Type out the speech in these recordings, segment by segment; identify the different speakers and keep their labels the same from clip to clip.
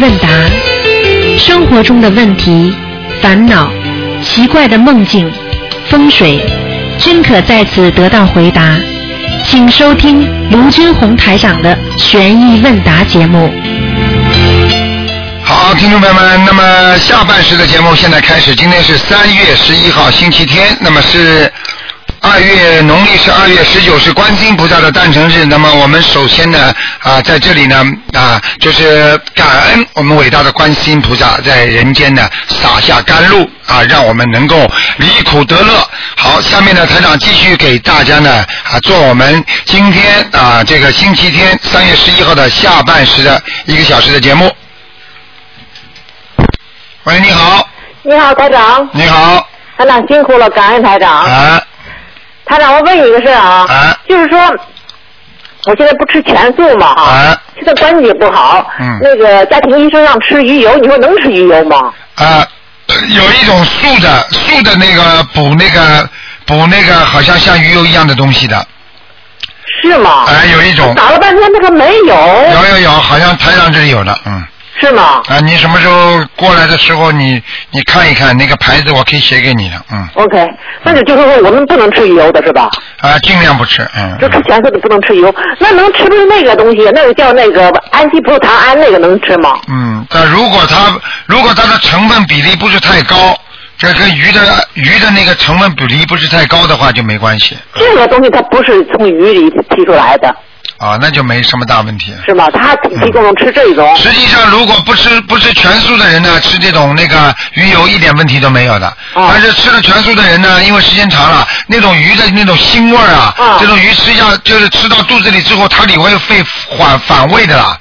Speaker 1: 问答，生活中的问题、烦恼、奇怪的梦境、风水，均可在此得到回答。请收听卢军红台长的《悬疑问答》节目。
Speaker 2: 好，听众朋友们，那么下半时的节目现在开始。今天是三月十一号，星期天，那么是二月农历是二月十九，是观世音菩萨的诞辰日。那么我们首先呢，啊，在这里呢，啊，就是感恩我们伟大的观世音菩萨在人间呢洒下甘露啊，让我们能够离苦得乐。好，下面呢，台长继续给大家呢啊做我们今天啊这个星期天三月十一号的下半时的一个小时的节目。喂，你好，
Speaker 3: 你好，台长，
Speaker 2: 你好，
Speaker 3: 台长辛苦了，感恩台长。
Speaker 2: 啊
Speaker 3: 台长，我问你一个事儿啊，
Speaker 2: 啊
Speaker 3: 就是说，我现在不吃全素嘛啊，
Speaker 2: 啊
Speaker 3: 现在关节不好，
Speaker 2: 嗯
Speaker 3: 那个家庭医生让吃鱼油，你说能吃鱼油吗？
Speaker 2: 啊！有一种素的素的那个补那个补那个好像像鱼油一样的东西的，
Speaker 3: 是吗？
Speaker 2: 哎、有一种
Speaker 3: 打了半天那个没有，
Speaker 2: 有有有，好像台上这里有的，嗯
Speaker 3: 是吗？
Speaker 2: 啊，你什么时候过来的时候你你看一看那个牌子，我可以写给你的，嗯
Speaker 3: OK，那就就是说我们不能吃鱼油的是吧？
Speaker 2: 啊，尽量不吃，
Speaker 3: 就吃
Speaker 2: 嗯，
Speaker 3: 全素的不能吃鱼油，那能吃不是那个东西，那个叫那个氨基葡萄糖胺那个能吃吗？
Speaker 2: 嗯，但如果它如果它的成分比例不是太高，这跟鱼的鱼的那个成分比例不是太高的话就没关系，
Speaker 3: 这个东西它不是从鱼里提出来的，
Speaker 2: 啊，那就没什么大问题。
Speaker 3: 是吗？它提提供能吃这种，
Speaker 2: 实际上，如果不吃不吃全素的人呢，吃这种那个鱼油一点问题都没有的。
Speaker 3: 哦
Speaker 2: 但是吃了全素的人呢，因为时间长了，那种鱼的那种腥味儿啊，
Speaker 3: 哦
Speaker 2: 这种鱼吃下就是吃到肚子里之后，它里会会反反胃的啦。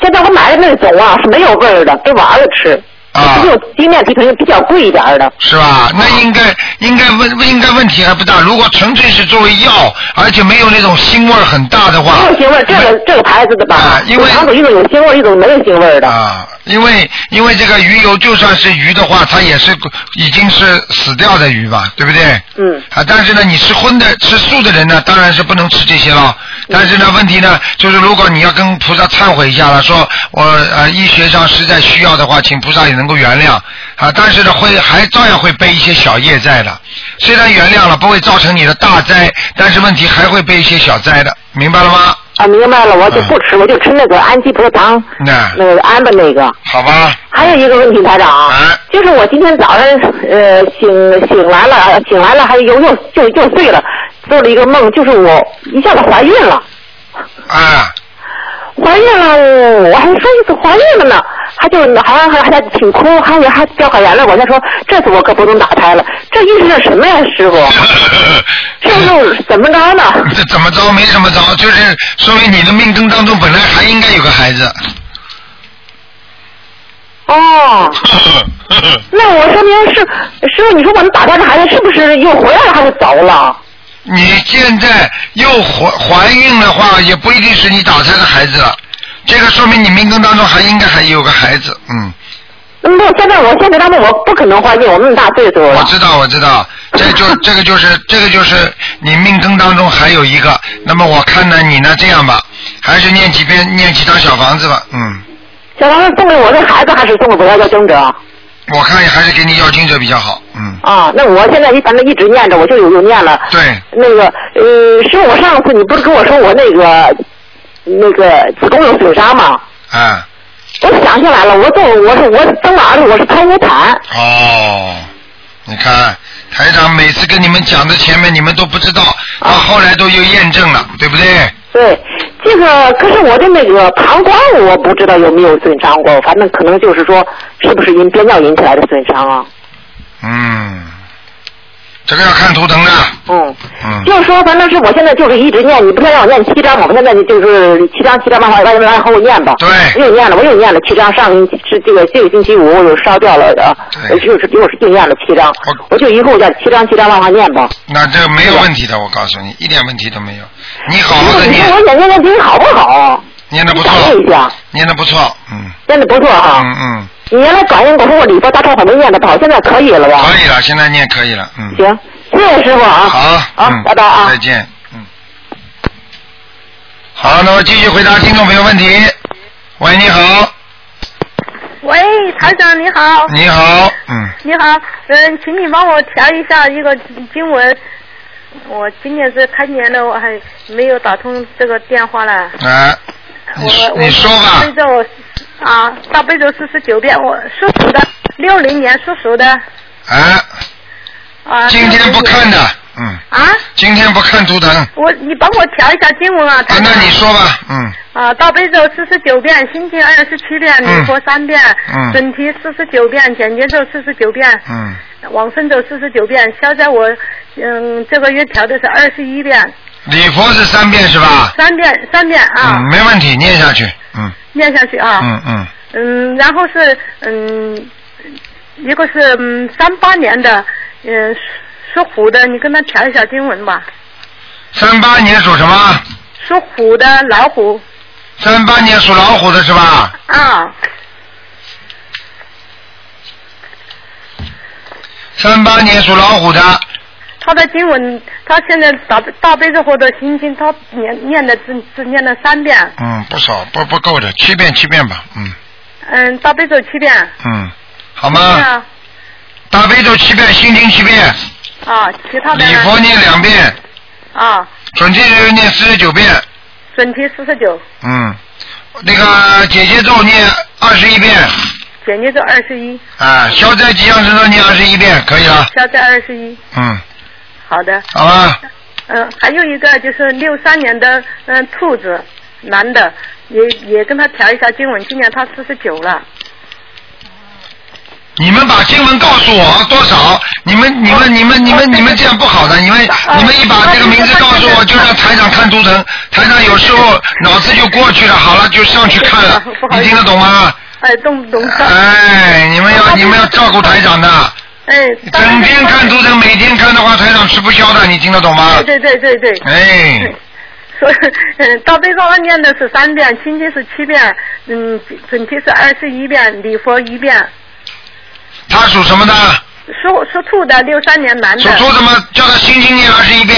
Speaker 3: 现在我买的那种啊是没有味儿的，给娃子吃。
Speaker 2: 啊
Speaker 3: 只有精酿提纯比较贵一点儿的。啊
Speaker 2: 是吧？那应该应该问应该问题还不大。如果纯粹是作为药，而且没有那种腥味儿很大的话，
Speaker 3: 没有腥味儿，这个这个牌子的吧，
Speaker 2: 啊因为
Speaker 3: 有两种，一种有腥味儿，一种没有腥味儿的。
Speaker 2: 啊，因为因为这个鱼油就算是鱼的话，它也是已经是死掉的鱼吧，对不对？
Speaker 3: 嗯，
Speaker 2: 啊，但是呢，你吃荤的、吃素的人呢，当然是不能吃这些了。但是呢，问题呢，就是如果你要跟菩萨忏悔一下了，说我呃医学上实在需要的话，请菩萨也能够原谅啊。但是呢，会还照样会背一些小业债的。虽然原谅了，不会造成你的大灾，但是问题还会背一些小灾的，明白了吗？
Speaker 3: 啊，明白了，我就不吃，我就吃那个氨基葡萄糖，
Speaker 2: 那
Speaker 3: 那个氨的那个。
Speaker 2: 好吧，
Speaker 3: 还有一个问题，台长啊，
Speaker 2: 啊
Speaker 3: 就是我今天早上呃醒醒来了，呃醒来了，还又又就又睡了，做了一个梦，就是我一下子怀孕了。
Speaker 2: 啊，
Speaker 3: 怀孕了，我还说一次怀孕了呢，他就好像还还挺哭，还还飙口眼泪。我才说这次我可不能打胎了，这预示着什么呀，师傅？这是怎么着呢？
Speaker 2: 这怎么着没怎么着，就是说明你的命根当中本来还应该有个孩子。
Speaker 3: 哦，那我说明是师傅，你说我们打胎的孩子是不是又回来了还是走了？
Speaker 2: 你现在又怀怀孕的话，也不一定是你打胎的孩子了。这个说明你命根当中还应该还有个孩子，嗯，
Speaker 3: 那么现在我现在他们我不可能怀孕，我那么大岁数
Speaker 2: 我
Speaker 3: 了。
Speaker 2: 知道，我知道，这就 这个就是这个就是你命根当中还有一个。那么我看呢，你呢这样吧，还是念几遍念几张小房子吧，嗯，
Speaker 3: 小王送给我的孩子还是送给我要征者
Speaker 2: 嗯我看还是给你要经者比较好，嗯，
Speaker 3: 啊？那我现在一反正一直念着，我就有有念了。
Speaker 2: 对，
Speaker 3: 那个，呃，师傅，我上次你不是跟我说我那个那个子宫有损伤吗？
Speaker 2: 啊，
Speaker 3: 我想起来了，我做我是我生了儿子，我是剖腹产。
Speaker 2: 哦，你看台长每次跟你们讲的前面你们都不知道，到后来都又验证了，对不对？
Speaker 3: 对，这个可是我的那个膀胱，我不知道有没有损伤过，反正可能就是说，是不是因憋尿引起来的损伤啊？
Speaker 2: 嗯，这个要看图腾的。
Speaker 3: 嗯，
Speaker 2: 嗯，
Speaker 3: 就是说，反正是我现在就是一直念，你不是让我念七章吗？我现在就是七章七章慢慢慢慢和我念吧。
Speaker 2: 对
Speaker 3: 我又念了，我又念了七章。上个是这个这个星期五我又烧掉了的，
Speaker 2: 对
Speaker 3: 就是又是又念了七章
Speaker 2: 我。
Speaker 3: 我就一共在七章七章慢慢念吧。
Speaker 2: 那这没有问题的，我告诉你，一点问题都没有。你好好的
Speaker 3: 你说
Speaker 2: 念
Speaker 3: 我，眼睛念经好不好？
Speaker 2: 念的不
Speaker 3: 你感应一
Speaker 2: 错，
Speaker 3: 下，
Speaker 2: 念的不错，嗯
Speaker 3: 念的不错哈。
Speaker 2: 嗯嗯，
Speaker 3: 你原来感应我说我礼佛大忏悔没念的不好，现在可以了吧？
Speaker 2: 可以了，现在念可以了，嗯，
Speaker 3: 行，谢谢师傅啊。
Speaker 2: 好，
Speaker 3: 好
Speaker 2: 嗯，，
Speaker 3: 拜拜啊。
Speaker 2: 再见，嗯。好，那么继续回答听众朋友问题。喂，你好，
Speaker 4: 喂，台长你好，
Speaker 2: 你好，嗯，
Speaker 4: 你好，嗯，请你帮我调一下一个经文。我今年是开年了，我还没有打通这个电话了。
Speaker 2: 啊，你
Speaker 4: 我我
Speaker 2: 你说吧
Speaker 4: 大悲咒啊，大悲咒四十九遍，我属鼠的，六零年属鼠的
Speaker 2: 啊，
Speaker 4: 啊。
Speaker 2: 今天不看
Speaker 4: 60
Speaker 2: 的，嗯，
Speaker 4: 啊，
Speaker 2: 今天不看图腾，啊，
Speaker 4: 我你帮我调一下经文啊。台长
Speaker 2: 那你说吧，嗯，
Speaker 4: 啊，大悲咒四十九遍，心经二十七遍，
Speaker 2: 嗯
Speaker 4: 礼佛三遍，
Speaker 2: 嗯
Speaker 4: 准提四十九遍，简洁咒四十九遍，
Speaker 2: 嗯，
Speaker 4: 往生咒四十九遍，消灾我嗯这个月调的是二十一遍，
Speaker 2: 礼佛是三遍是吧？
Speaker 4: 三遍嗯三遍啊，
Speaker 2: 嗯，没问题，念下去，嗯
Speaker 4: 念下去啊，
Speaker 2: 嗯嗯，
Speaker 4: 嗯然后是嗯一个是嗯三八年的嗯属属虎的，你跟他调一下经文吧，
Speaker 2: 三八年属什么？
Speaker 4: 属虎的老虎
Speaker 2: 三八年属老虎的是吧？
Speaker 4: 啊，
Speaker 2: 三八年属老虎的，
Speaker 4: 他的经文，他现在大大悲咒或者心经，他念念的只只念了三遍，
Speaker 2: 嗯，不少，不不够的，七遍七遍吧，嗯
Speaker 4: 嗯，大悲咒七遍，
Speaker 2: 嗯，好
Speaker 4: 对
Speaker 2: 吗？
Speaker 4: 啊，
Speaker 2: 大悲咒七遍，心经七遍，
Speaker 4: 啊，其他的
Speaker 2: 礼
Speaker 4: 呢
Speaker 2: 佛念两遍，
Speaker 4: 啊，
Speaker 2: 准提神咒念四十九遍，
Speaker 4: 准提四十九，
Speaker 2: 嗯，那个姐姐咒念二十一遍，
Speaker 4: 简洁咒二十一，
Speaker 2: 啊，消灾吉祥神咒念二十一遍，可以了，
Speaker 4: 消灾二十一，
Speaker 2: 嗯，
Speaker 4: 好的，
Speaker 2: 好吧，
Speaker 4: 嗯，还有一个就是六三年的嗯兔子，男的，也也跟他调一下经文，今年他四十九了，
Speaker 2: 你们把经文告诉我多少？你们、你们、你们、你们、你们这样不好的，你们、
Speaker 4: 呃
Speaker 2: 你们一把这个名字告诉我，就让台长看图腾。台长有时
Speaker 4: 呃
Speaker 2: 候脑子就过去了，好了就上去看了，你听得懂吗？
Speaker 4: 哎，懂不懂？呃
Speaker 2: 哎，你们要你们要照顾台长的，
Speaker 4: 哎，呃
Speaker 2: 整天看图腾，每天看的话，台长吃不消的，你听得懂吗
Speaker 4: 对，？对对对对。
Speaker 2: 哎，
Speaker 4: 所以，嗯，大悲咒二念的是三遍，心经是七遍，嗯，准提是二十一遍，礼佛一遍。
Speaker 2: 他属什么的？啊
Speaker 4: 属属兔的，六三年男的
Speaker 2: 属，猪的吗？叫他心经念二十一遍，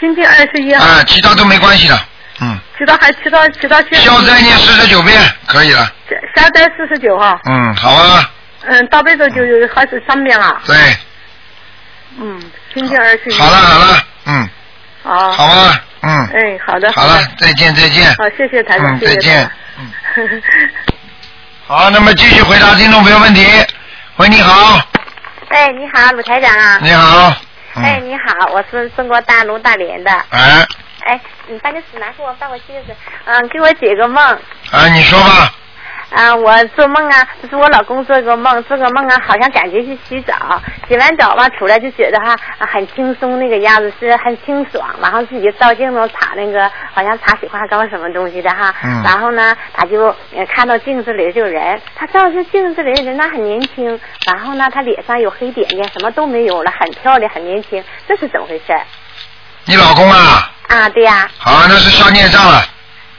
Speaker 4: 心经二十一，
Speaker 2: 啊，其他都没关系的。嗯，
Speaker 4: 其他还其他其他需
Speaker 2: 消灾念四十九遍，可以了。
Speaker 4: 消灾四十九哈，
Speaker 2: 嗯，好啊，
Speaker 4: 嗯，大悲咒就还是三遍了，
Speaker 2: 对。
Speaker 4: 嗯，心经二十一，
Speaker 2: 好了好了，嗯，
Speaker 4: 啊，
Speaker 2: 好吧，嗯，
Speaker 4: 哎，好的，
Speaker 2: 好
Speaker 4: 的
Speaker 2: 了，，再见再见，
Speaker 4: 好，谢谢台长，
Speaker 2: 嗯，
Speaker 4: 谢
Speaker 2: 再
Speaker 4: 谢
Speaker 2: 见
Speaker 4: 台长。
Speaker 2: 嗯，好，那么继续回答听众朋友问题。喂，你好，
Speaker 5: 哎，你好，鲁台长啊。
Speaker 2: 你好，
Speaker 5: 哎，
Speaker 2: 嗯，
Speaker 5: 你好，我是中国大陆大连的。
Speaker 2: 哎，
Speaker 5: 哎，你把你纸拿给我，帮我记着。嗯，给我解个梦。
Speaker 2: 哎，你说吧，
Speaker 5: 啊，我做梦啊，就是我老公做个梦，做个梦啊，好像感觉去洗澡，洗完澡吧出来就觉得哈、啊很轻松那个样子，是很清爽，然后自己照镜子擦那个好像擦洗发膏什么东西的哈，
Speaker 2: 嗯
Speaker 5: 然后呢他就呃看到镜子里就有人，他照是镜子里人他很年轻，然后呢他脸上有黑点点，什么都没有了，很漂亮，很年轻，这是怎么回事？
Speaker 2: 你老公啊，
Speaker 5: 啊，对呀、
Speaker 2: 好，那是消孽障了，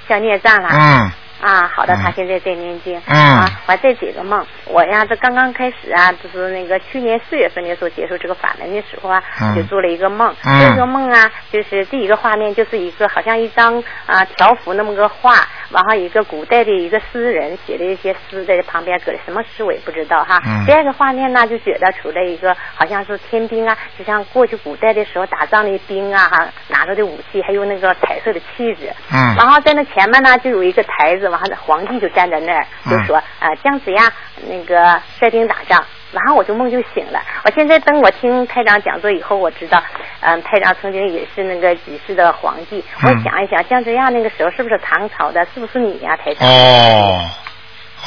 Speaker 5: 消孽障了。
Speaker 2: 嗯，
Speaker 5: 啊，好的，
Speaker 2: 嗯
Speaker 5: 他现在在念经。
Speaker 2: 嗯
Speaker 5: 啊，我这几个梦，我呀，这刚刚开始啊，就是那个去年四月份的时候结束这个法门的时候啊，
Speaker 2: 嗯
Speaker 5: 就做了一个梦。
Speaker 2: 嗯
Speaker 5: 这个梦啊，就是第一个画面就是一个好像一张啊条幅那么个画，然后一个古代的一个诗人写的一些诗在旁边搁着，什么诗我也不知道哈。
Speaker 2: 嗯
Speaker 5: 第二个画面呢，就觉得出来一个好像是天兵啊，就像过去古代的时候打仗的兵啊哈，拿着的武器，还有那个彩色的旗子。
Speaker 2: 嗯
Speaker 5: 然后在那前面呢，就有一个台子，完后皇帝就站在那儿，
Speaker 2: 嗯
Speaker 5: 就说啊、呃姜子牙那个率兵打仗。然后我就梦就醒了。我现在等我听台长讲座以后，我知道，嗯、台长曾经也是那个几世的皇帝。我
Speaker 2: 嗯
Speaker 5: 想一想，姜子牙那个时候是不是唐朝的？是不是你呀、台长？
Speaker 2: 哦，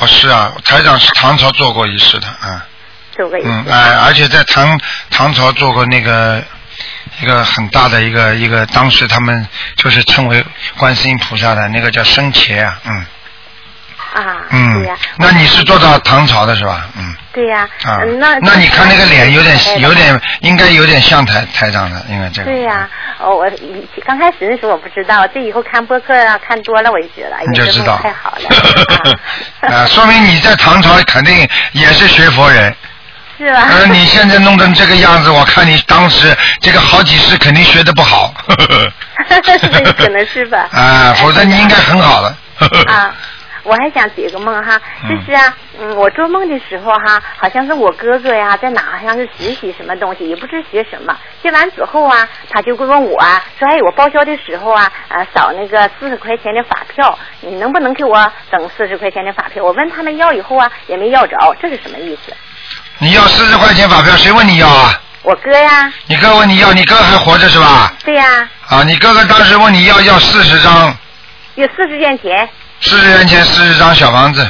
Speaker 2: 哦是啊，台长是唐朝做过一事的，嗯。
Speaker 5: 走个意思。
Speaker 2: 嗯，哎，而且在唐唐朝做过那个一个很大的一个一个，当时他们就是称为观世音菩萨的那个叫生茄啊，嗯
Speaker 5: 啊，对呀、
Speaker 2: 嗯，那你是做到唐朝的是吧？嗯
Speaker 5: 对呀、
Speaker 2: 啊
Speaker 5: 嗯，那
Speaker 2: 那你看那个脸有点有
Speaker 5: 点。
Speaker 2: 点应该有点像台台长的，应该这个。
Speaker 5: 对呀、哦，我以前刚开始的时候我不知道，这以后看播客啊，看多了我就觉得，哎呀
Speaker 2: 你，就
Speaker 5: 这
Speaker 2: 知
Speaker 5: 梦
Speaker 2: 道，
Speaker 5: 太好了啊
Speaker 2: 啊，说明你在唐朝肯定也是学佛 人，
Speaker 5: 是吧？
Speaker 2: 而呃你现 在弄成这个样子，我看你当时这个好几世肯定学的不好。
Speaker 5: 可能是吧
Speaker 2: 啊，否则你应该很好的。
Speaker 5: 啊，我还想解个梦哈，
Speaker 2: 嗯
Speaker 5: 就是啊，嗯，我做梦的时候哈，好像是我哥哥呀，在哪好像是学习什么东西，也不知学什么。学完之后啊，他就问我啊，说哎，我报销的时候啊，啊少那个四十块钱的发票，你能不能给我整四十块钱的发票？我问他们要以后啊，也没要着，这是什么意思？
Speaker 2: 你要四十块钱发票，谁问你要啊？
Speaker 5: 我哥呀，
Speaker 2: 你哥问你要，你哥还活着是吧？
Speaker 5: 对呀，
Speaker 2: 啊，你哥哥当时问你要要四十张，
Speaker 5: 有四十元钱。
Speaker 2: 四十元钱四十张小房子，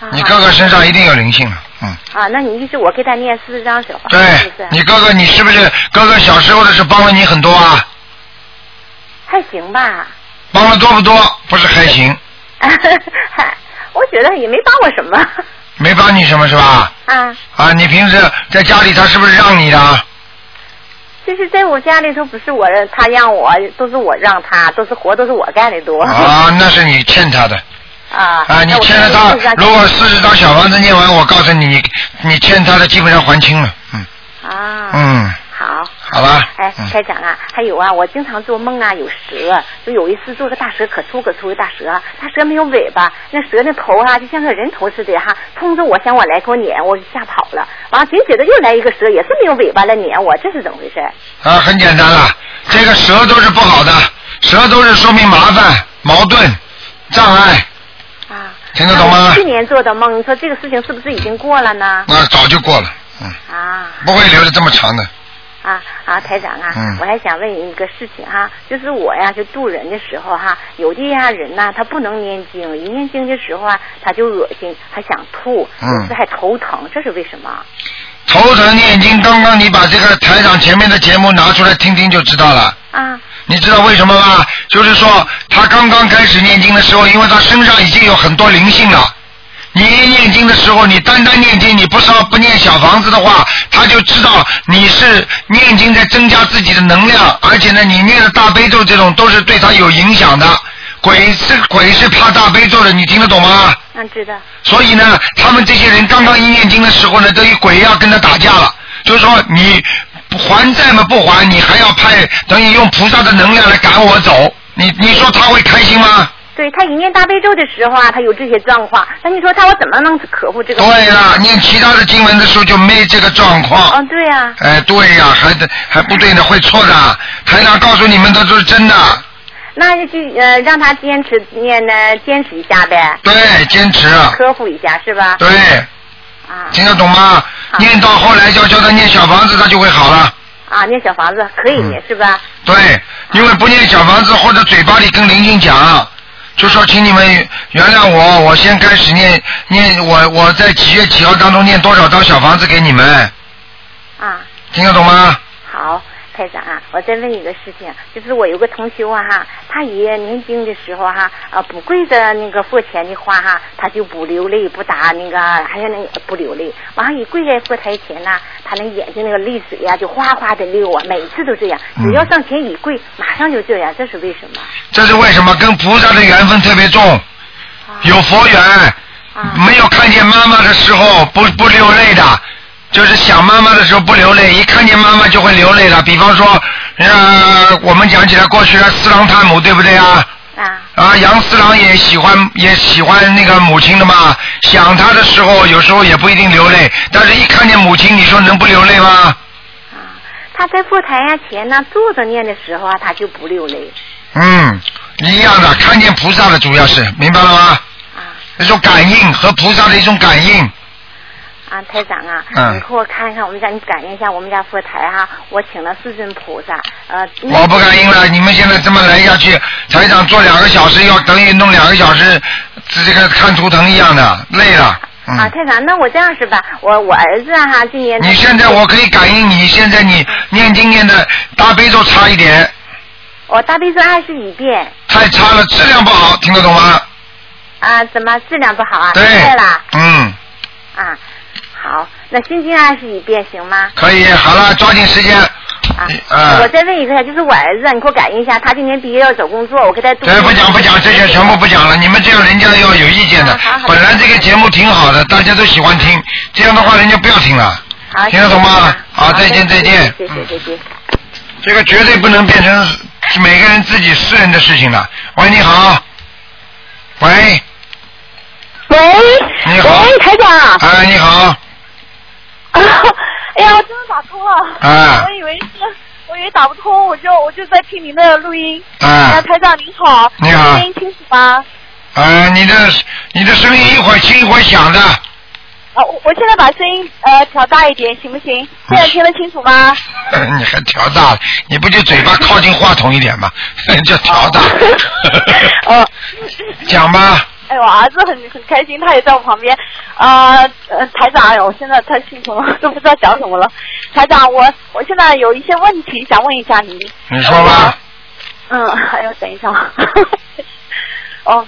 Speaker 5: 啊
Speaker 2: 你哥哥身上一定有灵性了，嗯。
Speaker 5: 啊，那你意思我给他念四十张小话，是
Speaker 2: 对
Speaker 5: 不是，？
Speaker 2: 你哥哥，你是不是哥哥小时候的时候帮了你很多啊？
Speaker 5: 还行吧。
Speaker 2: 帮了多不多？不是还行，
Speaker 5: 嗨，我觉得也没帮我什么
Speaker 2: 没帮你什么是吧？
Speaker 5: 啊，
Speaker 2: 啊，你平时在家里他是不是让你的啊？
Speaker 5: 就是在我家里头不是我让他让我，都是我让他，都是活都是我干的多
Speaker 2: 啊，那是你欠他的
Speaker 5: 啊
Speaker 2: 啊！你
Speaker 5: 那我
Speaker 2: 欠了
Speaker 5: 就
Speaker 2: 他
Speaker 5: 是让，
Speaker 2: 如果四十张小房子念完，我告诉你，你你欠他的基本上还清了，嗯
Speaker 5: 啊，，
Speaker 2: 嗯，
Speaker 5: 好。
Speaker 2: 好了，
Speaker 5: 哎，
Speaker 2: 嗯
Speaker 5: 台长啊，还有啊，我经常做梦啊，有蛇，就有一次做个大蛇，可粗可粗的大蛇，大蛇没有尾巴，那蛇那头啊，就像个人头似的哈，冲着我想我来给我撵，我就吓跑了。完了，紧接着又来一个蛇，也是没有尾巴来撵我，这是怎么回事？
Speaker 2: 啊，很简单了，这个蛇都是不好的，蛇都是说明麻烦、矛盾、障碍，
Speaker 5: 啊，
Speaker 2: 听得懂吗
Speaker 5: 那我去年做的梦，你说这个事情是不是已经过了呢？
Speaker 2: 那早就过了，嗯，
Speaker 5: 啊
Speaker 2: 不会留的这么长的。
Speaker 5: 啊啊，台长啊，
Speaker 2: 嗯
Speaker 5: 我还想问你一个事情哈、就是我呀，就渡人的时候哈、有的呀人呐、他不能念经，一念经的时候啊，他就恶心，还想吐，
Speaker 2: 嗯
Speaker 5: 有时还头疼，这是为什么？
Speaker 2: 头疼念经，刚刚你把这个台长前面的节目拿出来听听就知道了。
Speaker 5: 啊
Speaker 2: 你知道为什么吗？就是说他刚刚开始念经的时候，因为他身上已经有很多灵性了。你一念经的时候，你单单念经，你不烧不念小房子的话，他就知道你是念经在增加自己的能量，而且呢，你念的大悲咒这种都是对他有影响的。鬼是鬼是怕大悲咒的，你听得懂吗？
Speaker 5: 嗯，知道
Speaker 2: 所以呢，他们这些人刚刚一念经的时候呢，等于鬼要跟他打架了，就是说你还债嘛不还，你还要派等于用菩萨的能量来赶我走，你你说他会开心吗？
Speaker 5: 对他一念大悲咒的时候啊，他有这些状况，那你说他我怎么能克服这个？
Speaker 2: 对了，念其他的经文的时候就没这个状况。
Speaker 5: 嗯，对呀、
Speaker 2: 哎，对呀、还得还不对呢，会错的。台长告诉你们，这都是真的。
Speaker 5: 那就呃让他坚持念呢，坚持一下呗，
Speaker 2: 对，坚持。啊
Speaker 5: 克服一下是吧？
Speaker 2: 对，
Speaker 5: 啊
Speaker 2: 听得懂吗？
Speaker 5: 好
Speaker 2: 念到后来要叫他念小房子，他就会好了。
Speaker 5: 啊，念小房子可
Speaker 2: 嗯
Speaker 5: 以念、是吧？
Speaker 2: 对，因为不念小房子或者嘴巴里跟灵性讲，就说请你们原谅我，我先开始念念我我在几月几号当中念多少张小房子给你们，
Speaker 5: 啊，
Speaker 2: 听得懂吗？
Speaker 5: 好，台长啊，我再问你个事情，啊就是我有个同修啊哈，他爷年轻的时候哈啊不跪着那个佛前的话哈，他就不流泪不打那个，还有那个不流泪，完了一跪在佛台前呐、他那眼睛那个泪水呀、就哗哗的流啊，每次都这样，
Speaker 2: 嗯
Speaker 5: 只要上前一跪，马上就这样，这是为什么？
Speaker 2: 这是为什么？跟菩萨的缘分特别重，
Speaker 5: 啊
Speaker 2: 有佛缘，
Speaker 5: 啊
Speaker 2: 没有看见妈妈的时候不不流泪的，就是想妈妈的时候不流泪，一看见妈妈就会流泪了。比方说，呃，我们讲起来过去的四郎探母，对不对啊？
Speaker 5: 啊
Speaker 2: 啊，杨四郎也喜欢也喜欢那个母亲的嘛，想他的时候有时候也不一定流泪，但是一看见母亲，你说能不流泪吗？
Speaker 5: 啊，他在佛台呀前呢坐着念的时候啊，他就不流泪
Speaker 2: 嗯，一样的，看见菩萨的主要是，明白了吗？
Speaker 5: 啊。
Speaker 2: 一种感应和菩萨的一种感应，
Speaker 5: 啊，台长啊，
Speaker 2: 嗯
Speaker 5: 你给我看看我们家，你感应一下我们家佛台哈、我请了四尊菩萨，呃，
Speaker 2: 我不感应了。你们现在这么来下去，台长做两个小时要等于弄两个小时，这个看图腾一样的，累了。
Speaker 5: 啊，
Speaker 2: 嗯，
Speaker 5: 台长，那我这样是吧？我我儿子啊哈、今年
Speaker 2: 你现在我可以感应你，现在你念经念的大悲咒差一点，
Speaker 5: 我大悲咒二十一遍
Speaker 2: 太差了，质量不好，听得懂吗？
Speaker 5: 啊，怎么质量不好啊？
Speaker 2: 对
Speaker 5: 明白了，
Speaker 2: 嗯，
Speaker 5: 啊，好，那心经二十一遍行吗？
Speaker 2: 可以，好了，抓紧时间。
Speaker 5: 啊，我
Speaker 2: 嗯，
Speaker 5: 再问一个，就是我儿子，啊你给我感应一下，他今年毕业要找工作，我给他读。
Speaker 2: 这不讲不讲，这些全部不讲了。你们这样人家要有意见的
Speaker 5: 嗯啊好好。
Speaker 2: 本来这个节目挺好的，大家都喜欢听，这样的话人家不要听了。
Speaker 5: 好，
Speaker 2: 听得懂吗
Speaker 5: 谢谢啊
Speaker 2: 好再见再见
Speaker 5: 谢谢
Speaker 2: 嗯
Speaker 5: 再见。
Speaker 2: 这个绝对不能变成每个人自己私人的事情了。喂，你好。喂，
Speaker 6: 喂，
Speaker 2: 你好
Speaker 6: 喂，台长。
Speaker 2: 哎，你好，
Speaker 7: 哎呀，我真的打通了，
Speaker 2: 哎
Speaker 7: 我以为是，我以为打不通，我就我就在听您的录音。哎呀，
Speaker 2: 哎
Speaker 7: 台长您好，
Speaker 2: 你好
Speaker 7: 声音清楚吗？
Speaker 2: 哎，你的你的声音一会儿轻一会儿响的，
Speaker 7: 啊，我我现在把声音呃调大一点，行不行？
Speaker 2: 啊
Speaker 7: 现在听得清楚吗？
Speaker 2: 你还调大了，你不就嘴巴靠近话筒一点吗？ 叫调大。
Speaker 7: 哦，
Speaker 2: 讲吧，
Speaker 7: 哎，我儿子很很开心，他也在我旁边。啊、呃，台长，哎呦，我现在太兴奋了，都 不知道讲什么了。台长，我我现在有一些问题想问一下您。
Speaker 2: 你说吧。
Speaker 7: 嗯，哎呦，等一下。 哦，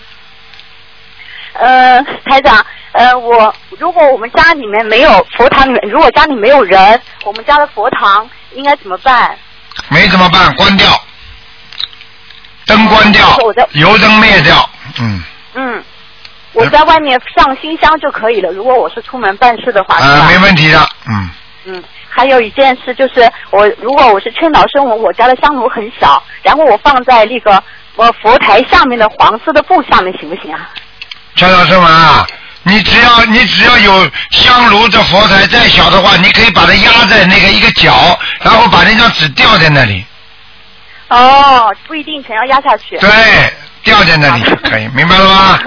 Speaker 7: 呃，台长，呃，我如果我们家里面没有佛堂里面，如果家里没有人，我们家的佛堂应该怎么办？
Speaker 2: 没怎么办，关掉，灯关掉
Speaker 7: 我的，
Speaker 2: 油灯灭掉，嗯，
Speaker 7: 嗯，我在外面上新香就可以了。如果我是出门办事的话，是
Speaker 2: 呃，
Speaker 7: 吧
Speaker 2: 没问题的，嗯，
Speaker 7: 嗯，还有一件事就是，我如果我是劝导生活，我家的香炉很小，然后我放在那个呃佛台下面的黄色的布下面，行不行啊？
Speaker 2: 张老师们啊，你只要你只要有香炉这佛台再小的话，你可以把它压在那个一个角，然后把那张纸吊在那里，
Speaker 7: 哦，不一定全要压下去。
Speaker 2: 对，吊在那里就可以，明白了 吗？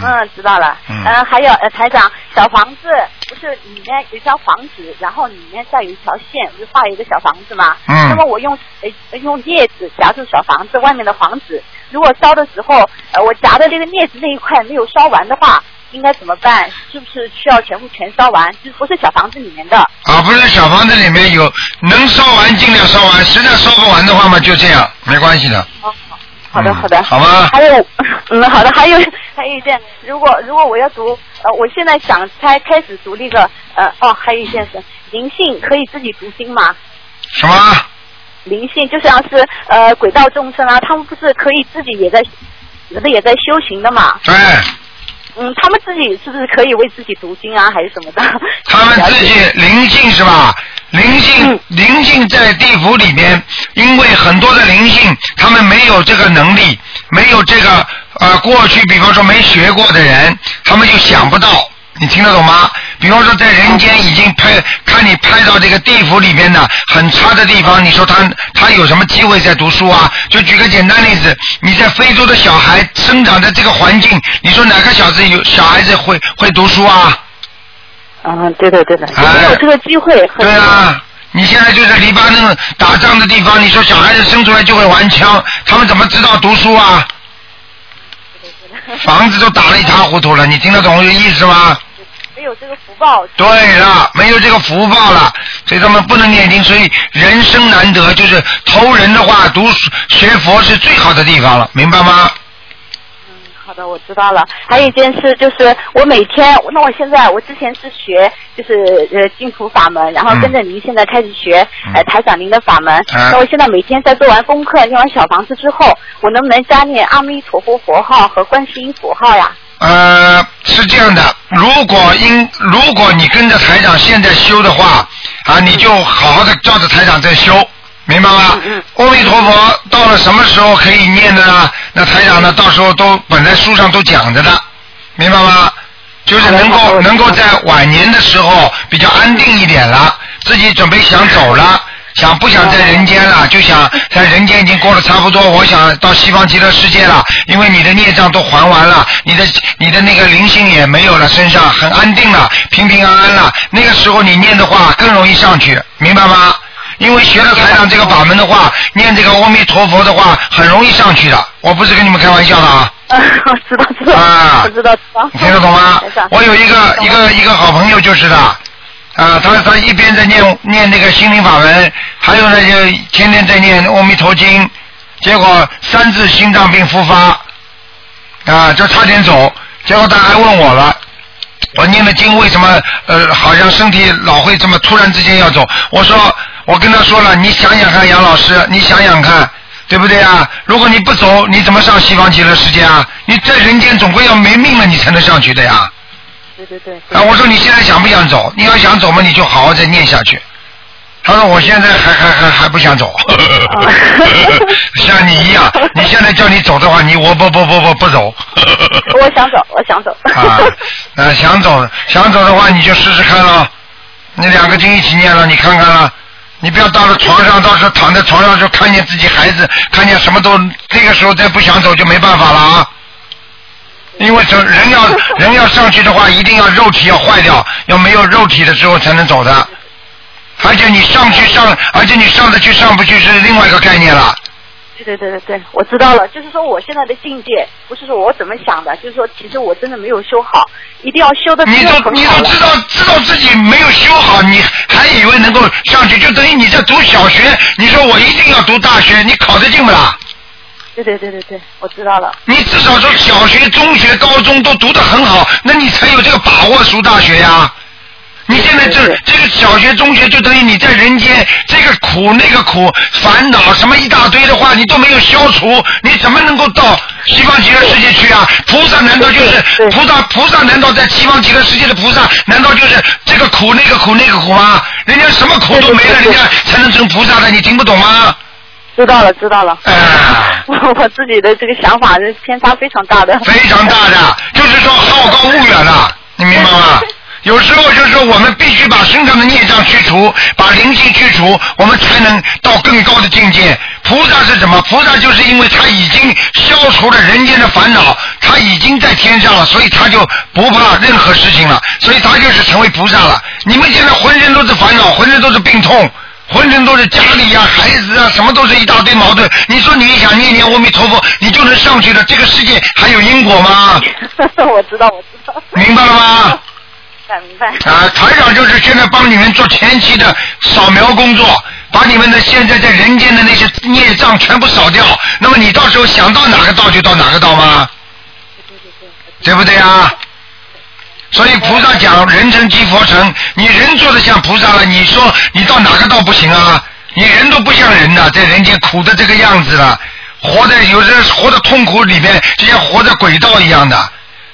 Speaker 7: 嗯，知道了。
Speaker 2: 嗯
Speaker 7: 呃还有呃，台长，小房子不是里面有一张黄纸，然后里面再有一条线，不是画一个小房子吗？
Speaker 2: 嗯
Speaker 7: 那么我用呃用镊子夹住小房子外面的黄纸，如果烧的时候，呃，我夹的这个镊子那一块没有烧完的话，应该怎么办？是不是需要全部全烧完？就是不是小房子里面的？
Speaker 2: 啊，不是小房子里面有能烧完尽量烧完，实在烧不完的话嘛，就这样，没关系的。
Speaker 7: 哦，好的
Speaker 2: 嗯
Speaker 7: 好的，
Speaker 2: 好吧
Speaker 7: 还有，嗯，好的，还有 还有一件，如果如果我要读，呃，我现在想开开始读那个，呃，哦，还有一件事，灵性可以自己读经吗？
Speaker 2: 什么？
Speaker 7: 灵性就像是呃轨道众生啊，他们不是可以自己也在，人也在修行的嘛？
Speaker 2: 对，
Speaker 7: 嗯，他们自己是不是可以为自己读经啊，还是什么的？
Speaker 2: 他们自己灵性是吧？灵性
Speaker 7: 嗯
Speaker 2: 灵性在地府里面，因为很多的灵性，他们没有这个能力，没有这个呃过去，比方说没学过的人，他们就想不到。你听得懂吗？比方说，在人间已经拍看你拍到这个地府里面的很差的地方，你说他他有什么机会在读书啊？就举个简单例子，你在非洲的小孩生长在这个环境，你说哪个小子有小孩子会会读书啊？
Speaker 7: 嗯，对的对的，
Speaker 2: 哎
Speaker 7: 没有这个机会，很
Speaker 2: 对啊，你现在就在黎巴嫩打仗的地方，你说小孩子生出来就会玩枪，他们怎么知道读书啊？房子都打得一塌糊涂了，你听得懂我的意思吗？
Speaker 7: 没有这个福报。
Speaker 2: 对了，没有这个福报了，所以他们不能念经，所以人生难得，就是投人的话，读书学佛是最好的地方了，明白吗？
Speaker 7: 好的，我知道了。还有一件事就是，我每天，那我现在，我之前是学就是呃净土法门，然后跟着您现在开始学、
Speaker 2: 嗯
Speaker 7: 呃台长您的法门。
Speaker 2: 嗯
Speaker 7: 那我现在每天在做完功课、念完小房子之后，我能不能加念阿弥陀佛佛号和观世音佛 号呀？
Speaker 2: 呃，是这样的，如果因如果你跟着台长现在修的话，啊，你就好好的照着台长在修，明白吗？
Speaker 7: 嗯
Speaker 2: 阿弥陀佛，到了什么时候可以念的呢？那台长呢，到时候都本来书上都讲着的，明白吗？就是能够能够在晚年的时候比较安定一点了，自己准备想走了。想不想在人间了？就想在人间已经过得差不多，我想到西方极乐世界了，因为你的孽障都还完了，你的你的那个灵性也没有了，身上很安定了，平平安安了。那个时候你念的话更容易上去，明白吗？因为学了台长这个法门的话，念这个阿弥陀佛的话，很容易上去的。我不是跟你们开玩笑的啊。
Speaker 7: 嗯，我 知道，知道，
Speaker 2: 啊
Speaker 7: 我知道，知道。
Speaker 2: 你听得懂吗
Speaker 7: 台
Speaker 3: 嗯
Speaker 7: 长？
Speaker 2: 我有一个一个一个好朋友就是的，啊、他他一边在念念那个心灵法门，还有呢就天天在念阿弥陀经，结果三次心脏病复发，啊、就差点走，结果他还问我了。我哦念的经为什么呃好像身体老会这么突然之间要走？我说我跟他说了，你想想看，杨老师，你想想看，对不对啊？如果你不走，你怎么上西方极乐世界啊？你在人间总归要没命了，你才能上去的呀。
Speaker 7: 对对对。
Speaker 2: 啊，我说你现在想不想走？你要想走嘛，你就好好再念下去，他说我现在还还还还不想走，
Speaker 7: 哦
Speaker 2: 像你一样，你现在叫你走的话，你我不不不不不走。
Speaker 7: 我想走，我想走。
Speaker 2: 啊，呃，想走想走的话，你就试试看咯。你两个经一起念了，你看看了，你不要到了床上，到时候躺在床上就看见自己孩子，看见什么都，这个时候再不想走就没办法了啊。因为这人要人要上去的话，一定要肉体要坏掉，要没有肉体的时候才能走的。而且你上去上，而且你上得去上不去是另外一个概念了。
Speaker 7: 对对对对对，我知道了。就是说我现在的境界，不是说我怎么想的，就是说其实我真的没有修好，一定要修的
Speaker 2: 你都你都知道知道自己没有修好，你还以为能够上去，就等于你在读小学。你说我一定要读大学，你考得进不啦？
Speaker 7: 对对对对对，我知道了。
Speaker 2: 你至少说小学、中学、高中都读得很好，那你才有这个把握读大学呀、你现在这这个小学、中学，就等于你在人间这个苦那个苦，烦恼什么一大堆的话，你都没有消除，你怎么能够到西方极乐世界去啊？菩萨难道就是菩萨？菩萨难道在西方极乐世界的菩萨，难道就是这个苦那个苦那个苦吗？人家什么苦都没了，人家才能成菩萨的，你听不懂吗？
Speaker 7: 知道了，知道了。
Speaker 2: 啊，
Speaker 7: 我自己的这个想法是偏差非常大的。
Speaker 2: 非常大的， 就是说好高骛远了，你明白吗？有时候就是说，我们必须把身上的孽障去除，把灵性去除，我们才能到更高的境界。菩萨是什么？菩萨就是因为他已经消除了人间的烦恼，他已经在天上了，所以他就不怕任何事情了，所以他就是成为菩萨了。你们现在浑身都是烦恼，浑身都是病痛，浑身都是家里呀、孩子啊，什么都是一大堆矛盾。你说你想念念阿弥陀佛，你就能上去了，这个世界还有因果吗？
Speaker 7: 我知道，我知道。
Speaker 2: 明白了吗？
Speaker 7: 明白。
Speaker 2: 啊，台长就是现在帮你们做前期的扫描工作，把你们的现在在人间的那些孽障全部扫掉。那么你到时候想到哪个道就到哪个道吗？对不对啊？所以菩萨讲人成即佛成，你人做的像菩萨了，你说你到哪个道不行啊？你人都不像人呐、在人间苦的这个样子了，活在有的活的痛苦里面，就像活在鬼道一样的。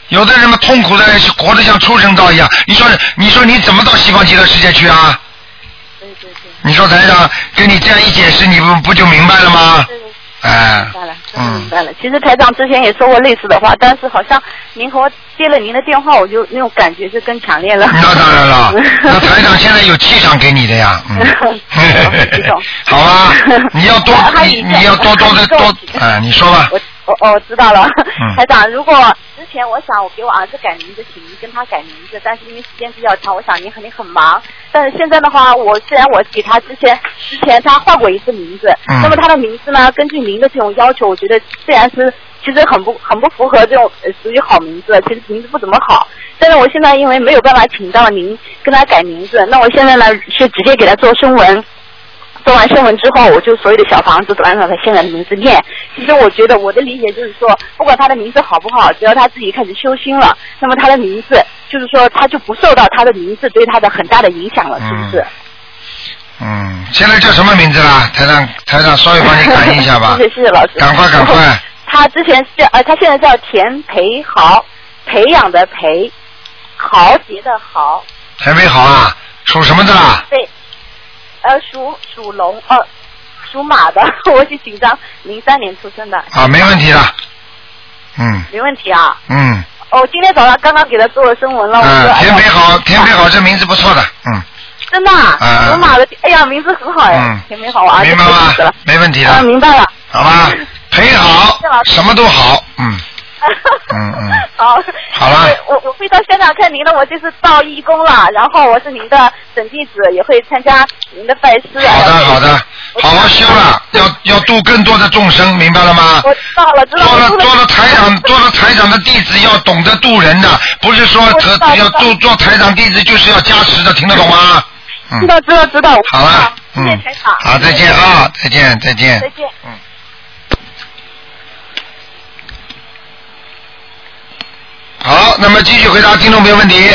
Speaker 2: 有的人嘛，痛苦的活得像畜生道一样。你说，你说你怎么到西方极乐世界去啊？你说台长跟你这样一解释，你不不就明白了吗？哎，
Speaker 7: 明白了，明
Speaker 2: 嗯，
Speaker 7: 白了。其实台长之前也说过类似的话，但是好像您和我接了您的电话，我就那种感觉就更强烈了。
Speaker 2: 那当然 了，那台长现在有气场给你的呀，嗯， 好吧，你要多
Speaker 7: 还，有
Speaker 2: 你
Speaker 7: 一件
Speaker 2: 你要多多的
Speaker 7: 还有
Speaker 2: 多
Speaker 7: 一，
Speaker 2: 哎，你说吧，
Speaker 7: 我 我我知道了，
Speaker 2: 嗯
Speaker 7: 台长。如果之前我想我给我儿子改名字，请您跟他改名字，但是因为时间比较长，我想您肯定很忙。但是现在的话，我虽然我给他之前之前他换过一次名字，
Speaker 8: 嗯
Speaker 7: 那么他的名字呢，根据您的这种要求，我觉得虽然是其实很不很不符合这种呃属于好名字，其实名字不怎么好。但是我现在因为没有办法请到您跟他改名字，那我现在呢是直接给他做声纹。做完声纹之后，我就所有的小房子都按照他现在的名字念。其实我觉得我的理解就是说，不管他的名字好不好，只要他自己开始修心了，那么他的名字就是说他就不受到他的名字对他的很大的影响了，是不是？
Speaker 2: 嗯，现在叫什么名字啦？台长，台长稍微帮你感应一下吧
Speaker 7: 谢，谢谢谢老师。
Speaker 2: 赶快赶快，
Speaker 7: 他之前是呃，他现在叫田培豪，培养的培，豪杰的豪，
Speaker 2: 台北好啊，属什么的啦？
Speaker 7: 对，呃，属属龙，呃，属马的， 我是紧张，零三年出生的，
Speaker 2: 啊，没问题了，嗯
Speaker 7: 没问题啊。
Speaker 2: 嗯。
Speaker 7: 哦，今天早上刚刚给他做了声纹了，我说
Speaker 2: 嗯，
Speaker 7: 哎
Speaker 2: 田
Speaker 7: 呀
Speaker 2: 北好，田北好，这名字不错的，嗯
Speaker 7: 真的啊，
Speaker 2: 嗯
Speaker 7: 属马的，哎呀，名字很好
Speaker 2: 嗯
Speaker 7: 哎，田美好，我儿子
Speaker 2: 明白
Speaker 7: 记死
Speaker 2: 吗
Speaker 7: 了，？
Speaker 2: 没问题
Speaker 7: 啊，
Speaker 2: 的，
Speaker 7: 明白了，
Speaker 2: 好吧？培好
Speaker 7: 谢谢老，师
Speaker 2: 什么都好，嗯，嗯嗯，
Speaker 7: 好，
Speaker 2: 好了，
Speaker 7: 我我会到现场看您的，我这次到义工了，然后我是您的准弟子，也会参加您的拜师。啊
Speaker 2: 好的好的，好好修了，要要度更多的众生，明白了吗？
Speaker 7: 我知道了，知道
Speaker 2: 做了
Speaker 7: 我
Speaker 2: 做了台长，做了台长的弟子要懂得度人的，不是说
Speaker 7: 我
Speaker 2: 和
Speaker 7: 知道
Speaker 2: 要
Speaker 7: 知道
Speaker 2: 做做台长弟子就是要加持的，听得懂吗？嗯
Speaker 7: 知，道知道知道，
Speaker 2: 好了，嗯
Speaker 7: 谢谢台长，
Speaker 2: 好，再见啊，再见再见
Speaker 7: 再。 见。
Speaker 2: 好，那么继续回答听众朋友问题。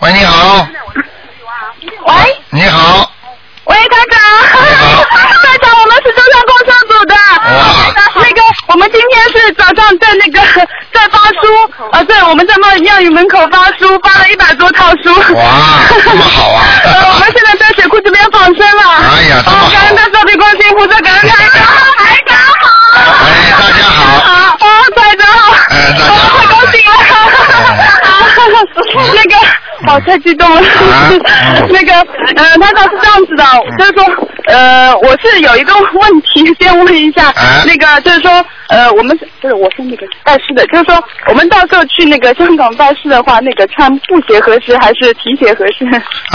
Speaker 2: 喂，你好，
Speaker 6: 喂
Speaker 2: 你好，
Speaker 6: 喂，台 长，台长，我们是中山共修组的。那个，我们今天是早上在那个在发书，啊，对，我们在庙庙宇门口发书，发了一百多套书。
Speaker 2: 哇，这么好啊！
Speaker 6: 呃，我们现在在水库这边放生了，
Speaker 2: 哎
Speaker 6: 激动了。
Speaker 2: 啊
Speaker 6: 那个，呃，他告是这样子的，
Speaker 2: 嗯
Speaker 6: 就是说，呃，我是有一个问题，先问一下，
Speaker 2: 啊
Speaker 6: 那个就是说，呃，我们不是我是那个办事的，就是说，我们到时候去那个香港办事的话，那个穿布鞋合适还是皮鞋合适？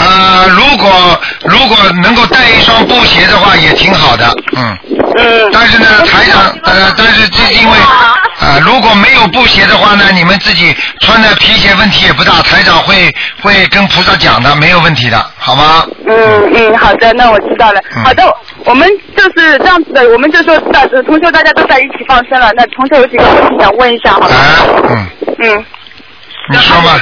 Speaker 2: 啊，如果如果能够带一双布鞋的话，也挺好的，嗯。
Speaker 6: 嗯。
Speaker 2: 但是呢，台长，呃，但是这因为啊，如果没有布鞋的话呢，你们自己穿的皮鞋问题也不大，台长会会跟菩萨讲的，没有问题的，好吗？嗯
Speaker 6: 嗯嗯，好的，那我知道了。好的，我们就是这样子的，我们就说大呃同学大家都在一起放生了，那同学有几个问题想问一下，好吗？
Speaker 2: 啊
Speaker 6: 嗯。
Speaker 2: 你说吧。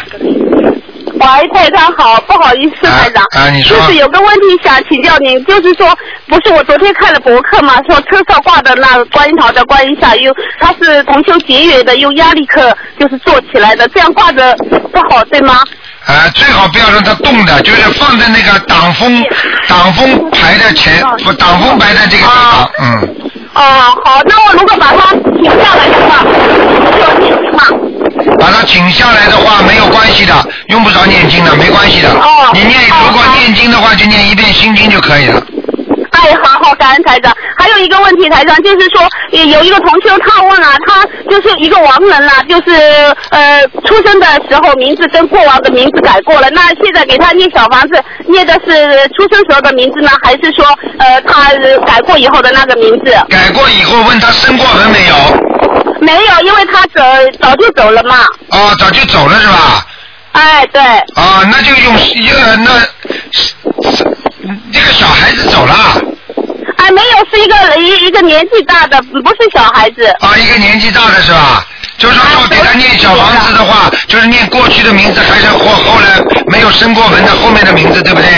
Speaker 6: 喂，台长好，不好意思，台长，
Speaker 2: 啊你说
Speaker 6: 就是有个问题想请教您，就是说，不是我昨天看了博客嘛，说车上挂的那观音堂的观音像，用它是同修结缘的，用压力课就是做起来的，这样挂着不好，对吗？
Speaker 2: 啊，最好不要让它动的，就是放在那个挡
Speaker 6: 哎
Speaker 2: 风挡风牌的前，不挡风牌的这个地方，嗯。
Speaker 6: 哦，好，那我如果把它请下来的话，
Speaker 2: 把它请下来的话没有关系的，用不着念经的，没关系的。哦。你念如果念经的话，就念一遍心经就可以了。
Speaker 6: 哎，好好，感恩台长。还有一个问题，台长就是说，也有一个同修他问啊，他就是一个亡人啦、就是呃出生的时候名字跟过往的名字改过了，那现在给他念小房子，念的是出生时候的名字呢，还是说呃他呃改过以后的那个名字？
Speaker 2: 改过以后问他生过人没有？
Speaker 6: 没有，因为他走早就走了嘛。
Speaker 2: 哦，早就走了是吧？
Speaker 6: 哎，对。
Speaker 2: 啊，那就用呃那这个小孩子走了。
Speaker 6: 哎，没有，是一个一一个年纪大的，不是小孩子。
Speaker 2: 啊，一个年纪大的是吧？就是说要给他念小房子的
Speaker 6: 哎
Speaker 2: 话，
Speaker 6: 啊
Speaker 2: 就是念过去的名字，还是或后来没有生过文的后面的名字，对不对？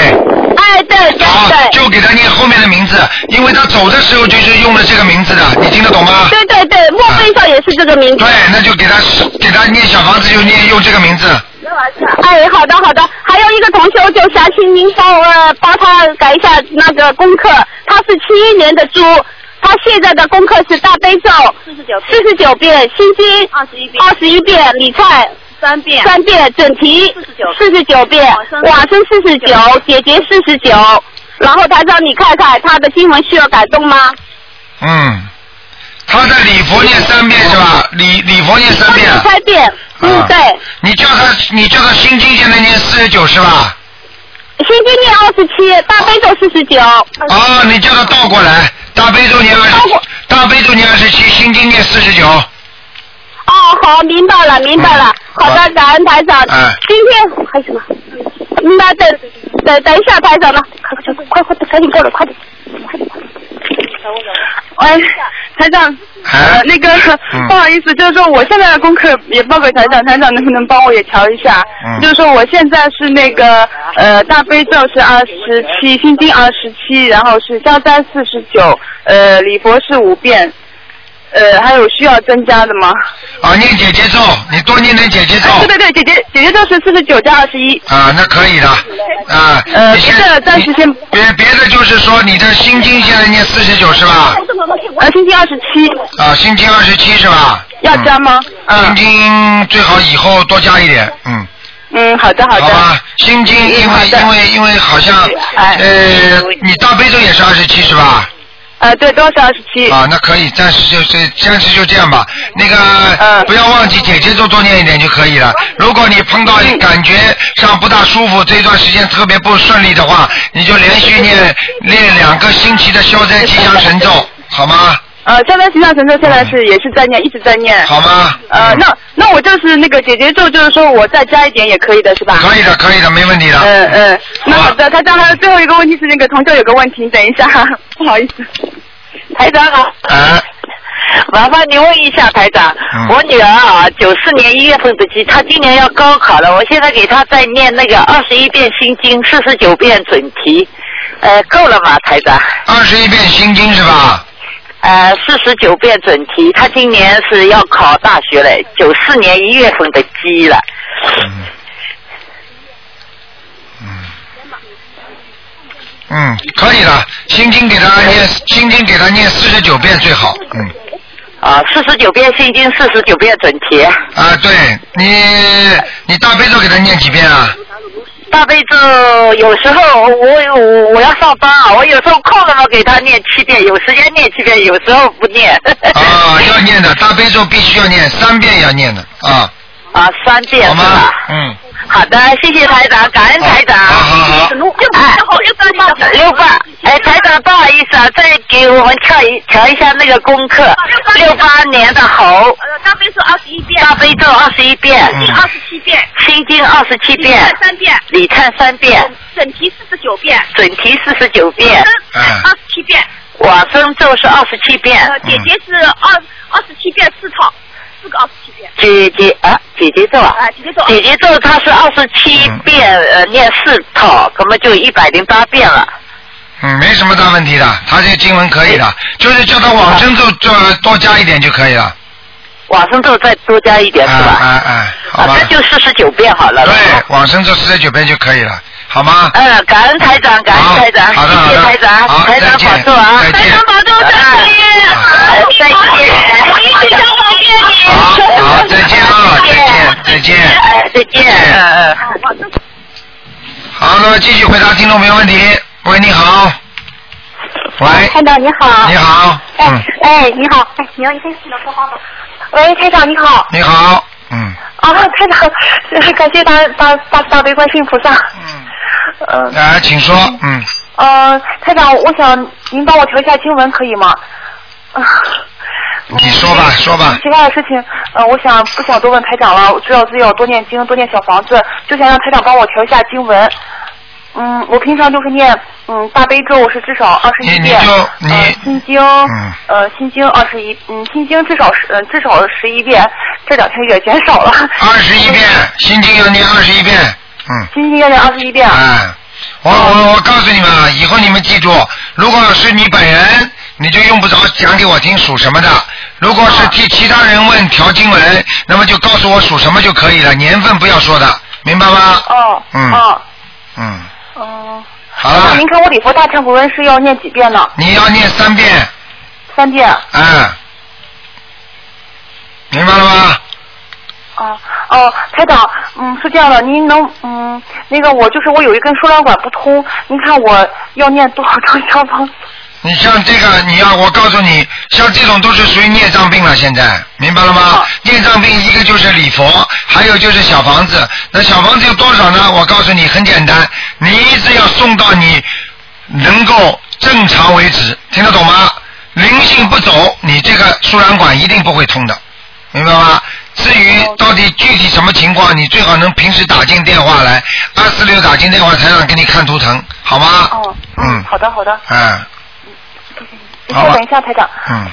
Speaker 6: 哎，对对
Speaker 2: 对。就给他念后面的名字，因为他走的时候就是用了这个名字的，你听得懂吗？
Speaker 6: 对对对，墓碑上也是这个名字。
Speaker 2: 对，那就给他给他念小房子，就念用这个名字。
Speaker 6: 哎，好的好的，还有一个同修就想请您帮我帮他改一下那个功课，他是七一年的猪，他现在的功课是大悲咒
Speaker 9: 四十九
Speaker 6: 四十九遍，心经
Speaker 9: 二十一遍
Speaker 6: 二十一遍，理财
Speaker 9: 三遍
Speaker 6: 三遍，整题四十九遍，往生四十九，解决四十九，然后台长你看看他的经文需要改动吗？
Speaker 2: 嗯，他在礼佛念三遍是吧？礼礼佛念三遍。啊
Speaker 6: 三遍，嗯对。
Speaker 2: 你叫他，你叫他心经现在念四十九是吧？
Speaker 6: 心经念二十七，大悲咒四十九。
Speaker 2: 啊，你叫他倒过来，大悲咒念二十，大悲咒念二十七，心经念四十九。啊
Speaker 6: 哦，好，明白
Speaker 2: 嗯
Speaker 6: 了，明白了。好的，感恩台长。
Speaker 2: 哎
Speaker 6: 今天还有什么？那等等等一下，台长了，快快快快，赶紧过来，快点。喂，台长，
Speaker 2: 哎
Speaker 6: 呃，那个、
Speaker 2: 嗯
Speaker 6: 不好意思，就是说我现在的功课也报给台长，台长能不能帮我也调一下？
Speaker 2: 嗯
Speaker 6: 就是说我现在是那个呃大悲咒是二十七，心经二十七，然后是消灾四十九，呃礼佛是五遍，呃还有需要增加的吗？
Speaker 2: 啊，念姐姐咒，你多念点姐姐咒。
Speaker 6: 哎对对对，姐姐姐姐咒是四十九加二十一。
Speaker 2: 啊，那可以的，啊。
Speaker 6: 呃
Speaker 2: 你现
Speaker 6: 别的暂时先。
Speaker 2: 别别的就是说，你的心经现在念四十九是吧？
Speaker 6: 呃，星期二十七
Speaker 2: 啊，心经二十七是吧？
Speaker 6: 要加吗？
Speaker 2: 心经最好以后多加一点，嗯。
Speaker 6: 嗯，好的好的。嗯
Speaker 2: 好吧，心经因为因为因为好像
Speaker 6: 哎
Speaker 2: 呃，你大悲咒也是二十七是吧？
Speaker 6: 呃，对，都是二十七。
Speaker 2: 啊，那可以，暂时就这，暂时就这样吧。那
Speaker 6: 嗯
Speaker 2: 个，不要忘记姐姐咒多念一点就可以了。如果你碰到感觉上不大舒服，这段时间特别不顺利的话，你就连续念念两个星期的消灾吉祥神咒，好吗？
Speaker 6: 呃，现在形象神咒现在是也是在念，一直在念。
Speaker 2: 嗯好嗯吗？
Speaker 6: 呃，那那我就是那个姐姐咒，就是说我再加一点也可以的，是吧？
Speaker 2: 可以的，可以的，没问题的。
Speaker 6: 嗯嗯，那好的，台长，还有最后一个问题是那个同学有个问题，等一下，不好意思。
Speaker 10: 台长好。麻烦您问一下台长，
Speaker 2: 嗯
Speaker 10: 我女儿啊，九四年一月份的鸡，她今年要高考了，我现在给她在念那个二十一遍心经，四十九遍准提，呃，够了吗，台长？
Speaker 2: 二十一遍心经是吧？
Speaker 10: 呃，四十九遍准提，她今年是要考大学嘞，九四年一月份的鸡了。
Speaker 2: 嗯，可以的，心经给他念，心经给他念四十九遍最好。嗯。
Speaker 10: 啊，四十九遍心经，四十九遍准提。
Speaker 2: 啊，对你，你大悲咒给他念几遍啊？
Speaker 3: 大悲咒有时候我我我要上班啊，我有时候空了嘛给他念七遍，有时间念七遍，有时候不念。
Speaker 2: 啊，要念的，大悲咒必须要念三遍，要念的啊。
Speaker 3: 啊，三遍
Speaker 2: 好
Speaker 3: 是
Speaker 2: 吗
Speaker 3: 吧？？
Speaker 2: 嗯，
Speaker 3: 好的，谢谢台长，感恩台长。
Speaker 2: 好好。
Speaker 3: 哎，六八，哎，台长，不好意思啊，再给我们调一调一下那个功课。六八年的猴，
Speaker 11: 大悲咒二十一遍，
Speaker 3: 大悲咒二十一遍，
Speaker 11: 二十七遍，
Speaker 3: 心经二十七遍，
Speaker 11: 三遍，
Speaker 3: 礼忏三遍，
Speaker 7: 哦
Speaker 11: 整题四十九遍，
Speaker 3: 准提四十九遍，
Speaker 2: 嗯
Speaker 11: 二十七遍，
Speaker 3: 往生咒是二十七遍，嗯
Speaker 11: 呃，姐姐是二二十七遍四套，四个二十七遍，
Speaker 3: 姐姐啊，姐姐咒啊，
Speaker 11: 啊，姐姐咒，
Speaker 3: 姐姐咒它是二十七遍，呃，念四套，那么就一百零八遍了。
Speaker 2: 嗯，没什么大问题的，他这个经文可以的，就是叫他往生咒这多加一点就可以了。
Speaker 3: 往生咒再多加一点是吧？
Speaker 2: 哎哎，好吧
Speaker 3: 啊，那，就四十九遍好了。
Speaker 2: 对，往生咒四十九遍就可以了，好吗？
Speaker 3: 嗯，感恩台长，感恩台长，
Speaker 2: 好的
Speaker 3: 谢谢台长，
Speaker 2: 好
Speaker 3: 台
Speaker 2: 再
Speaker 3: 长
Speaker 2: 见
Speaker 3: 保重啊，
Speaker 2: 再见台长
Speaker 3: 保重，再见，再见，台长保重，
Speaker 2: 好，再见啊，再见，啊再见。
Speaker 3: 哎，再见，嗯嗯。
Speaker 2: 好，那么继续回答听众朋友问题。喂，你好。喂，
Speaker 6: 台哎长你好。
Speaker 2: 你。好。嗯，
Speaker 6: 哎，你好。哎，你要一个喂，台长你好。
Speaker 2: 你好。嗯。
Speaker 6: 啊，台长， 感谢大大大大悲观世音菩萨。
Speaker 2: 嗯。哎，请说。嗯。
Speaker 6: 呃，台长，我想您帮我调一下经文可以吗？啊。
Speaker 2: 你说吧，
Speaker 6: 嗯
Speaker 2: 说吧。
Speaker 6: 其他的事情，呃，我想不想多问台长了？我知道自己要多念经，多念小房子，就想让台长帮我调一下经文。嗯，我平常就是念，嗯，大悲咒是至少二十一
Speaker 2: 你
Speaker 6: 遍，
Speaker 2: 就你
Speaker 6: 呃，心经，
Speaker 2: 嗯
Speaker 6: 呃，心经二十一，嗯，心经至少十，呃，至少十一遍，这两天也减少了。
Speaker 2: 二十一遍，心经要念二十一遍。嗯。
Speaker 6: 心经要念二十一遍。嗯
Speaker 2: 哎，我我我告诉你们啊，以后你们记住，如果是你本人，你就用不着讲给我听属什么的；如果
Speaker 6: 嗯
Speaker 2: 是替其他人问调经文，那么就告诉我属什么就可以了，年份不要说的，明白吗？
Speaker 6: 哦。
Speaker 2: 嗯
Speaker 6: 哦。
Speaker 2: 嗯，
Speaker 6: 嗯。
Speaker 2: 好
Speaker 6: 那
Speaker 2: 了
Speaker 6: 您，看我礼佛大忏悔文是要念几遍呢？
Speaker 2: 你要念三遍，
Speaker 6: 三遍。
Speaker 2: 嗯，明白了吗？
Speaker 6: 哦哦，台长，嗯，是这样的，您能嗯，那个我就是我有一根输卵管不通，您看我要念多少张小房子？
Speaker 2: 你像这个，你要我告诉你，像这种都是属于孽障病了，现在明白了吗？孽障病一个就是礼佛，还有就是小房子。那小房子有多少呢？我告诉你，很简单，你一直要送到你能够正常为止，听得懂吗？灵性不走，你这个输卵管一定不会通的，明白吗？至于到底具体什么情况，你最好能平时打进电话来，二四六打进电话，台长给你看图腾，好吗？
Speaker 6: 哦，
Speaker 2: 嗯，
Speaker 6: 好的好的，
Speaker 2: 嗯，
Speaker 6: 您
Speaker 2: 好
Speaker 6: 稍
Speaker 2: 吧
Speaker 6: 等一下，台长。
Speaker 2: 嗯。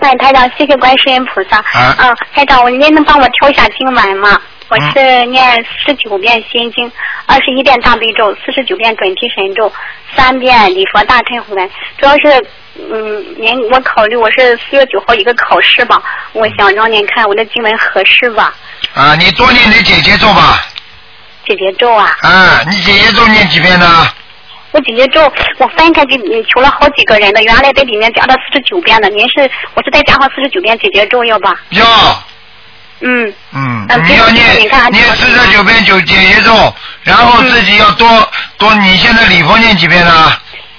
Speaker 7: 哎，台长，谢谢观世音菩萨。
Speaker 2: 啊
Speaker 7: 嗯，台长，我您能帮我挑一下经文吗？我是念四十九遍心经，二十一遍大悲咒，四十九遍准提神咒，三遍礼佛大忏悔文。主要是，嗯，您我考虑我是四月九号一个考试吧，我想让您看我的经文合适吧？
Speaker 2: 啊，你多念点姐姐咒吧。
Speaker 7: 姐姐咒啊，
Speaker 2: 啊，你姐姐咒念几遍呢？
Speaker 7: 我姐姐咒我翻开给你求了好几个人的，原来在里面加到四十九遍的，您是我是再加上四十九遍姐姐咒要吧？
Speaker 2: 要，
Speaker 7: 嗯。
Speaker 2: 嗯
Speaker 7: 嗯，
Speaker 2: 你要念
Speaker 7: 你看
Speaker 2: 念四十九遍九姐姐咒，然后自己要多多。你现在礼佛念几遍呢？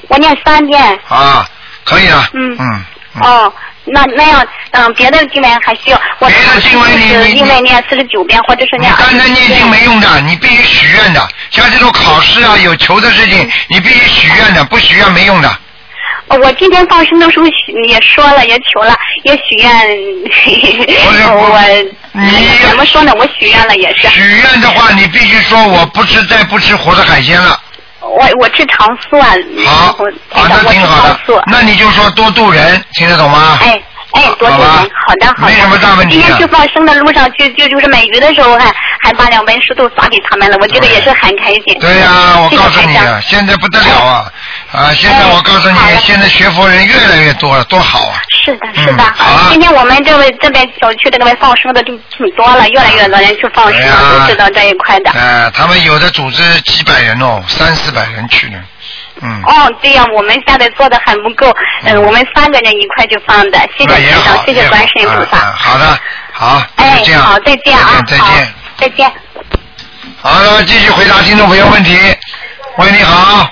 Speaker 7: 我念三遍。
Speaker 2: 啊，可以了。
Speaker 7: 嗯
Speaker 2: 嗯，
Speaker 7: 哦，那那样，嗯，别的经文还需要我别的经文是另外念四十九遍，或者是念
Speaker 2: 单单念经没用的，你必须许愿的。像这种考试啊，有求的事情，你必须许愿的，不许愿没用的。
Speaker 7: 呃我今天放生的时候许也说了，也求了，也许愿。 我
Speaker 2: 你
Speaker 7: 怎么说呢？我许愿了也是。
Speaker 2: 许愿的话，你必须说我不吃再不吃活的海鲜了。
Speaker 7: 我我吃长素啊，
Speaker 2: 好，
Speaker 7: 台
Speaker 2: 啊，
Speaker 7: 长
Speaker 2: 那
Speaker 7: 我吃
Speaker 2: 挺好
Speaker 7: 长
Speaker 2: 的
Speaker 7: 素。。
Speaker 2: 那你就说多度人，听得懂吗？
Speaker 7: 哎哎，多谢您，
Speaker 2: 吧
Speaker 7: 好的好的。
Speaker 2: 没什么大问题
Speaker 7: 今
Speaker 2: 的
Speaker 7: 天去放生的路上，就就就是买鱼的时候还还把两本书都发给他们了，我觉得也是很开心。
Speaker 2: 对呀、我
Speaker 7: 谢谢
Speaker 2: 告诉
Speaker 7: 台
Speaker 2: 你
Speaker 7: 长哎
Speaker 2: 啊，现在不得了啊！啊，现在我告诉你，现在学佛人越来越多了，多好啊！
Speaker 7: 是的，是的。今天我们这位这边小区的那位放生的就挺多了，越来越多人去放生
Speaker 2: 对
Speaker 7: 了，
Speaker 2: 呀
Speaker 7: 都知道这一块的。
Speaker 2: 啊，他们有的组织几百人哦，三四百人去呢。嗯，
Speaker 7: 哦，对呀，我们现在做的很不够，嗯，我们三个人一块去放的，谢谢
Speaker 2: 那也
Speaker 7: 台
Speaker 2: 好
Speaker 7: 长，，谢谢观世音菩
Speaker 2: 啊
Speaker 7: 萨，
Speaker 2: 啊好的，好，
Speaker 7: 哎
Speaker 2: 就这，样，哎
Speaker 7: 好，再见啊，
Speaker 2: 再见，再
Speaker 7: 好
Speaker 2: 见。，
Speaker 7: 再见。
Speaker 2: 好了，继续回答听众朋友问题。喂，你好。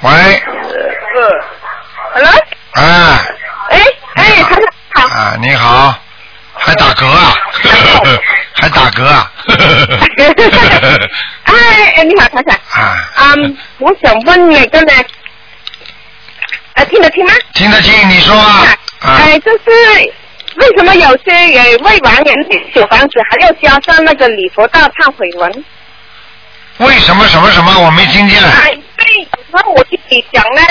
Speaker 2: 喂，
Speaker 12: 呃
Speaker 13: Hello，
Speaker 2: 啊
Speaker 13: 哎哎，台长好，
Speaker 2: 啊，你好，还打嗝 啊？还打嗝啊？
Speaker 13: 哎哎，你好，台长。
Speaker 2: 啊，
Speaker 13: 嗯，我想问那个呢，呃，听得清吗？
Speaker 2: 听得清，你说啊。
Speaker 13: 哎，就是为什么有些人未完人的小房子还要加上那个礼佛大忏悔文？
Speaker 2: 为什么什么什么我没听见？
Speaker 13: 哎，对，然后我自己想呢，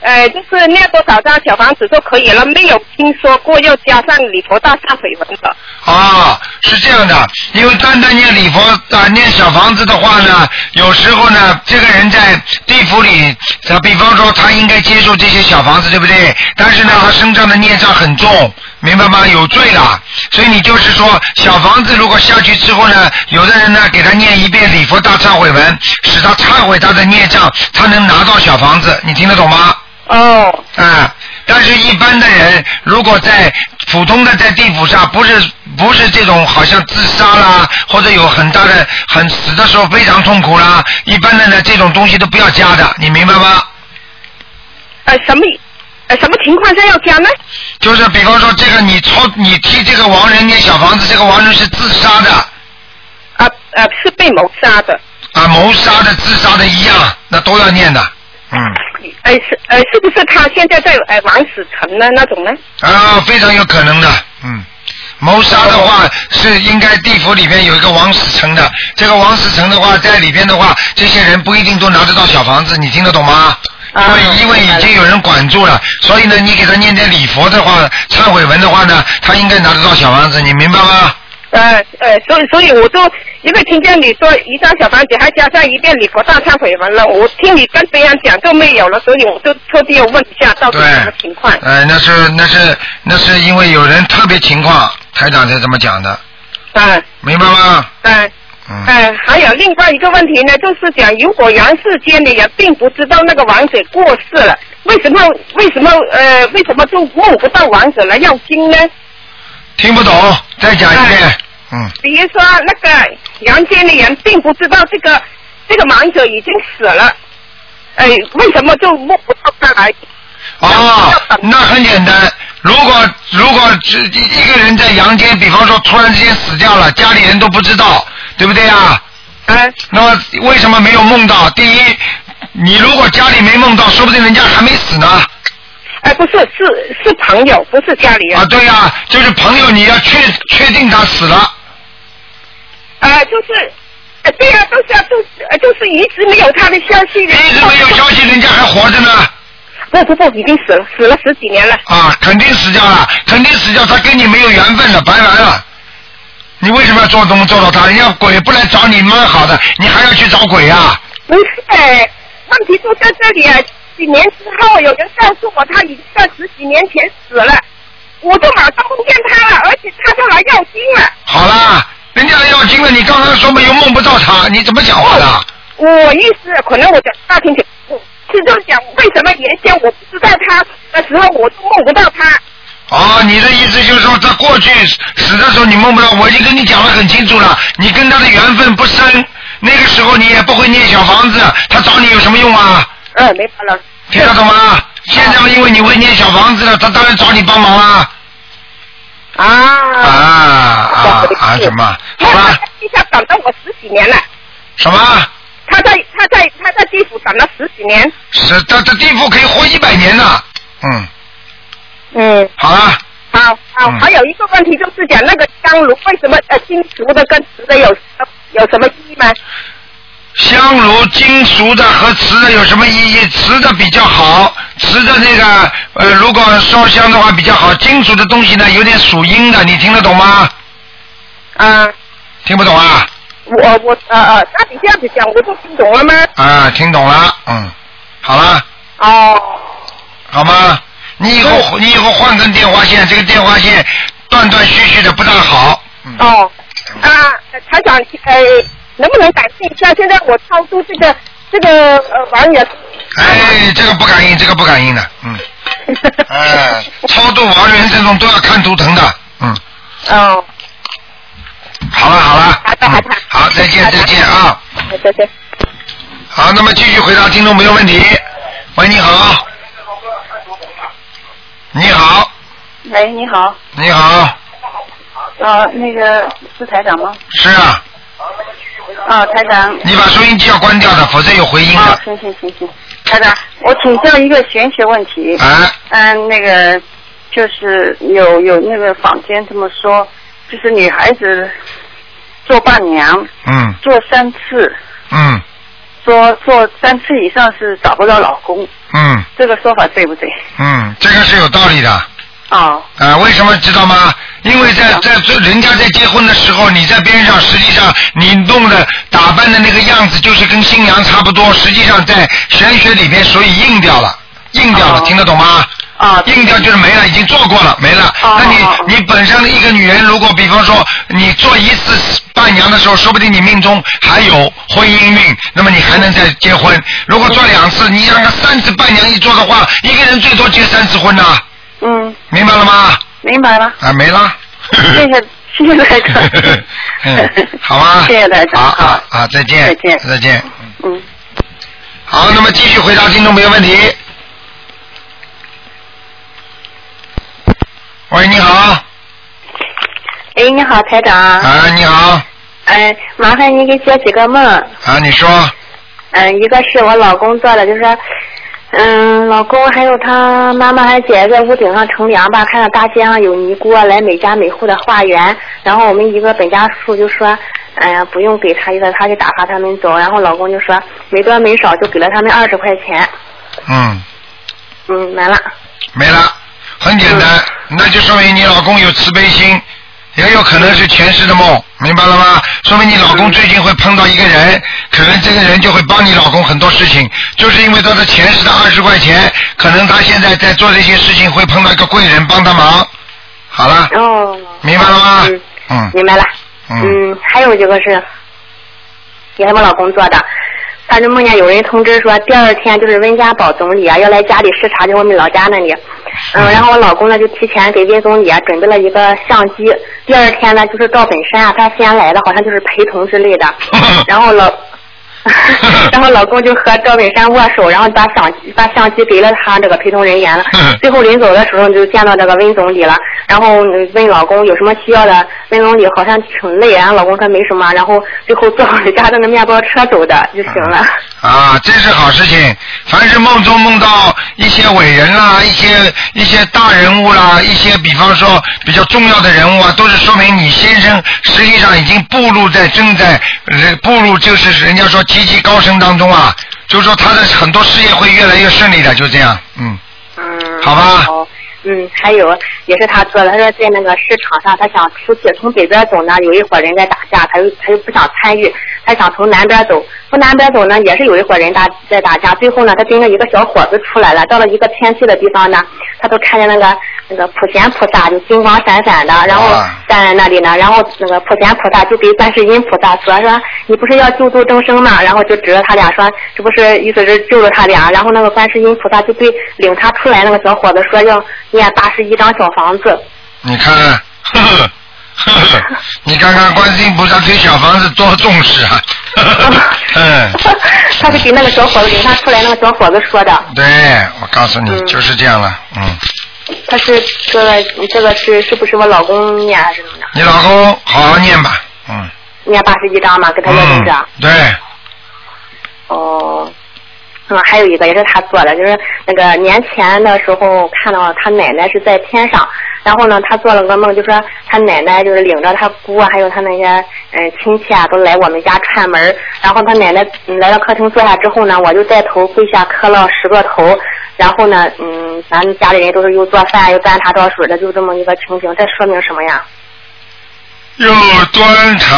Speaker 13: 呃，就是念多少张小房子就可以了，没有听说过要加上礼佛大忏悔文的。
Speaker 2: 啊，是这样的，因为单单念礼佛啊、念小房子的话呢，有时候呢，这个人在地府里，啊，比方说他应该接受这些小房子，对不对？但是呢，他身上的孽障很重，明白吗？有罪了，所以你就是说，小房子如果下去之后呢，有的人呢给他念一遍礼佛大忏悔文，使他忏悔他的孽障，他能拿到小房子，你听得懂吗？
Speaker 13: 哦。
Speaker 2: 啊，但是一般的人，如果在普通的在地府上，不是不是这种好像自杀啦，或者有很大的很死的时候非常痛苦啦，一般的呢这种东西都不要加的，你明白吗？
Speaker 13: 呃，什么？呃，什么情况下要加呢？
Speaker 2: 就是比方说这个你超你替这个亡人念小房子，这个亡人是自杀的。
Speaker 13: 啊呃，是被谋杀的。
Speaker 2: 啊，谋杀的、自杀的一样，那都要念的。嗯。
Speaker 13: 哎是呃是不是他现在在呃王死城呢那种呢？
Speaker 2: 啊，非常有可能的，嗯。谋杀的话是应该地府里面有一个王死城的，这个王死城的话在里边的话，这些人不一定都拿得到小房子，你听得懂吗？因为因为已经有人管住了，所以呢，你给他念点礼佛的话，忏悔文的话呢，他应该拿得到小房子，你明白吗？
Speaker 13: 呃呃，所以所以我就因为听见你说一张小房子还加上一遍礼佛大忏悔文了，我听你跟别人讲就没有了，所以我就特地要问一下到底什么情况。
Speaker 2: 呃，那是那是那是因为有人特别情况，台长才这么讲的，
Speaker 13: 嗯
Speaker 2: 明白吗？
Speaker 13: 嗯。嗯，还有另外一个问题呢，就是讲，如果人世间的人并不知道那个王者过世了，为什么为什么呃为什么就梦不到王者了要经呢？哎
Speaker 2: 听不懂，再讲一遍。嗯。
Speaker 13: 比如说那个阳间的人并不知道这个这个盲者已经死了，哎，为什么就摸不到他来？
Speaker 2: 哦，那很简单。如果如果只一一个人在阳间，比方说突然之间死掉了，家里人都不知道，对不对啊？
Speaker 13: 哎。
Speaker 2: 那么为什么没有梦到？第一，你如果家里没梦到，说不定人家还没死呢。
Speaker 13: 哎，不是，是是朋友，不是家里人。
Speaker 2: 啊，对呀、就是朋友，你要确确定他死了。
Speaker 13: 哎，就是，哎对呀、就是啊，就是呃就是一直没有他的消息。一直没
Speaker 2: 有消息，人家还活着呢。
Speaker 13: 不不不，已经死了，死了十几年了。
Speaker 2: 啊，肯定死掉了，肯定死掉，他跟你没有缘分了，拜拜了。你为什么要做东做到他？人家鬼不来找你，蛮好的，你还要去找鬼呀、啊？
Speaker 13: 不是，哎问题就在这里啊！几年之后，有人告诉我他已经在十几年前死了，我就马上见他了，而且他就来要经了。
Speaker 2: 好啦，人家要经了，你刚刚说没有梦不到他，你怎么讲话的？
Speaker 13: 我意思啊可能我讲大听点，是就是讲为什么原先我不知道他的时候，我就梦不到他。
Speaker 2: 哦，你的意思就是说，在过去死的时候你梦不到，我已经跟你讲得很清楚了，你跟他的缘分不深，那个时候你也不会念小房子，他找你有什么用啊？
Speaker 13: 嗯，没法了。嗯
Speaker 2: 听得懂吗？现在因为你会念小房子了，他当然找你帮忙啦。
Speaker 13: 啊
Speaker 2: 啊啊啊！什么？
Speaker 13: 好吧。地下等了我十几年了，
Speaker 2: 什么？
Speaker 13: 他在他在他在地府等了十几年。
Speaker 2: 是，他这地府可以活一百年呢。嗯。
Speaker 13: 嗯。
Speaker 2: 好嗯了。
Speaker 13: 好好，还有一个问题就是讲那个香炉为什么呃金属的跟瓷的有有什么意义吗？
Speaker 2: 香炉金属的和瓷的有什么意义？瓷的比较好，瓷的那个呃，如果烧香的话比较好。金属的东西呢，有点属阴的，你听得懂吗？
Speaker 13: 啊。
Speaker 2: 听不懂啊？
Speaker 13: 我我呃呃，那你这样子讲我就听懂了吗？
Speaker 2: 啊，听懂了，嗯，好了，
Speaker 13: 哦，
Speaker 2: 好吗？你以后你以后换根电话线，这个电话线断断续续的不大好。
Speaker 13: 哦，啊，台长，呃，能不能感谢一下？现在我超出这个这个呃网友，
Speaker 2: 哎，这个不感应，这个不感应的， 嗯，哎，超度亡人这种都要看图腾的，嗯。
Speaker 13: 哦，
Speaker 2: 好了好了，嗯好，再见再见啊。
Speaker 12: 再见。
Speaker 2: 好，那么继续回答听众朋友问题。喂，你好，你好，
Speaker 12: 喂，你好，
Speaker 2: 你好，
Speaker 6: 呃
Speaker 12: 啊，那个是台长吗？
Speaker 2: 是啊，
Speaker 12: 啊，台长。
Speaker 2: 你把收音机要关掉的，否则有回音
Speaker 12: 啊
Speaker 2: 的。，
Speaker 12: 行行行行，台长，我请教一个玄学问题。
Speaker 2: 啊。
Speaker 12: 嗯，那个就是有有那个坊间这么说，就是女孩子做伴娘
Speaker 2: 嗯
Speaker 12: 做三次，
Speaker 2: 嗯
Speaker 12: 说做三次以上是找不到老公，
Speaker 2: 嗯
Speaker 12: 这个说法对不对？
Speaker 2: 嗯，这个是有道理的。
Speaker 12: 哦，
Speaker 2: 啊，为什么知道吗？因为在在这人家在结婚的时候，你在边上，实际上你弄的打扮的那个样子，就是跟新娘差不多。实际上在玄学里边，所以硬掉了，硬掉了，听得懂吗？
Speaker 12: 啊，
Speaker 2: 硬掉就是没了，已经做过了，没了。那你你本身一个女人，如果比方说你做一次伴娘的时候，说不定你命中还有婚姻运，那么你还能再结婚。如果做两次，你让她三次伴娘一做的话，一个人最多结三次婚呐、
Speaker 12: 嗯，
Speaker 2: 明白了吗？
Speaker 12: 明白了，
Speaker 2: 啊，没了。
Speaker 12: 谢谢谢谢台长，
Speaker 2: 嗯，好吧。
Speaker 12: 谢谢台长，
Speaker 2: 好好啊，再见。再见。再见。
Speaker 12: 嗯。
Speaker 2: 好，那么继续回答听众朋友问题。喂，你好，
Speaker 8: 哎，你好，台长。
Speaker 2: 啊，你好，
Speaker 8: 嗯，麻烦你给解几个梦。
Speaker 2: 啊，你说，
Speaker 8: 嗯，一个是我老公做的，就是说，嗯，老公还有他妈妈还姐姐在屋顶上乘凉吧，看到大街上有尼姑啊来每家每户的化缘，然后我们一个本家妇就说，哎呀，不用给他一个，他就打发他们走，然后老公就说没多没少就给了他们二十块钱，
Speaker 2: 嗯，
Speaker 8: 嗯，完了，
Speaker 2: 没了，很简单，那就说明你老公有慈悲心，也有可能是前世的梦，明白了吗？说明你老公最近会碰到一个人，可能这个人就会帮你老公很多事情，就是因为他的前世的二十块钱，可能他现在在做这些事情会碰到一个贵人帮他忙。好了，
Speaker 8: 哦，
Speaker 2: 明白了吗？嗯
Speaker 8: 明白了。
Speaker 2: 嗯
Speaker 8: 嗯，还有一个是，也是我老公做的。他就梦见有人通知说，第二天就是温家宝总理啊要来家里视察，就我们老家那里。嗯，然后我老公呢就提前给温总理啊准备了一个相机。第二天呢就是赵本山啊，他先来的，好像就是陪同之 类的。然后老，然后老公就和赵本山握手，然后把相把相机给了他这个陪同人员了。最后临走的时候就见到这个温总理了，然后问老公有什么需要的，温总理好像挺累，然后老公说没什么，然后最后坐回家的那面包车走的就行了。
Speaker 2: 啊，这是好事情。凡是梦中梦到一些伟人啦，一些一些大人物啦，一些比方说比较重要的人物啊，都是说明你先生实际上已经步入在正在呃步入就是人家说积极高升当中啊，就是说他的很多事业会越来越顺利的，就这样，嗯，好吧，
Speaker 8: 嗯，还有也是他做的，他说在那个市场上，他想出去，从北边走呢，有一伙人在打架，他又他又不想参与，他想从南边走，从南边走呢，也是有一伙人打在打架，最后呢，他跟着一个小伙子出来了，到了一个偏僻的地方呢，他都看见那个那个普贤菩萨就金光闪闪的，然后
Speaker 7: 哇
Speaker 8: 站在那里呢，然后那个普贤菩萨就给观世音菩萨说说你不是要救度众生吗？然后就指着他俩说，这不是意思是救了他俩，然后那个观世音菩萨就对领他出来那个小伙子说要念八十一张小房子。
Speaker 2: 你看看，呵呵呵呵，你看看观世音菩萨对小房子多重视啊， 呵呵嗯。
Speaker 8: 他是给那个小伙子领他出来那个小伙子说的，
Speaker 2: 对，我告诉你，就是这样了，嗯。
Speaker 8: 他是这个这个是是不是我老公念还是怎么着？
Speaker 2: 你老公好好念吧，嗯
Speaker 8: 念八十一张嘛，跟他要
Speaker 2: 嗯
Speaker 8: 这张。，
Speaker 2: 对，
Speaker 8: 哦，嗯，还有一个也是他做的，就是那个年前的时候看到他奶奶是在天上，然后呢，他做了个梦，就说他奶奶就是领着他姑啊，还有他那些嗯亲戚啊，都来我们家串门儿然后他奶奶嗯来到客厅坐下之后呢，我就带头跪下磕了十个头，然后呢，嗯，咱们家里人都是又做饭又端茶倒水的，就这么一个情形，这说明什么呀？
Speaker 2: 又端茶，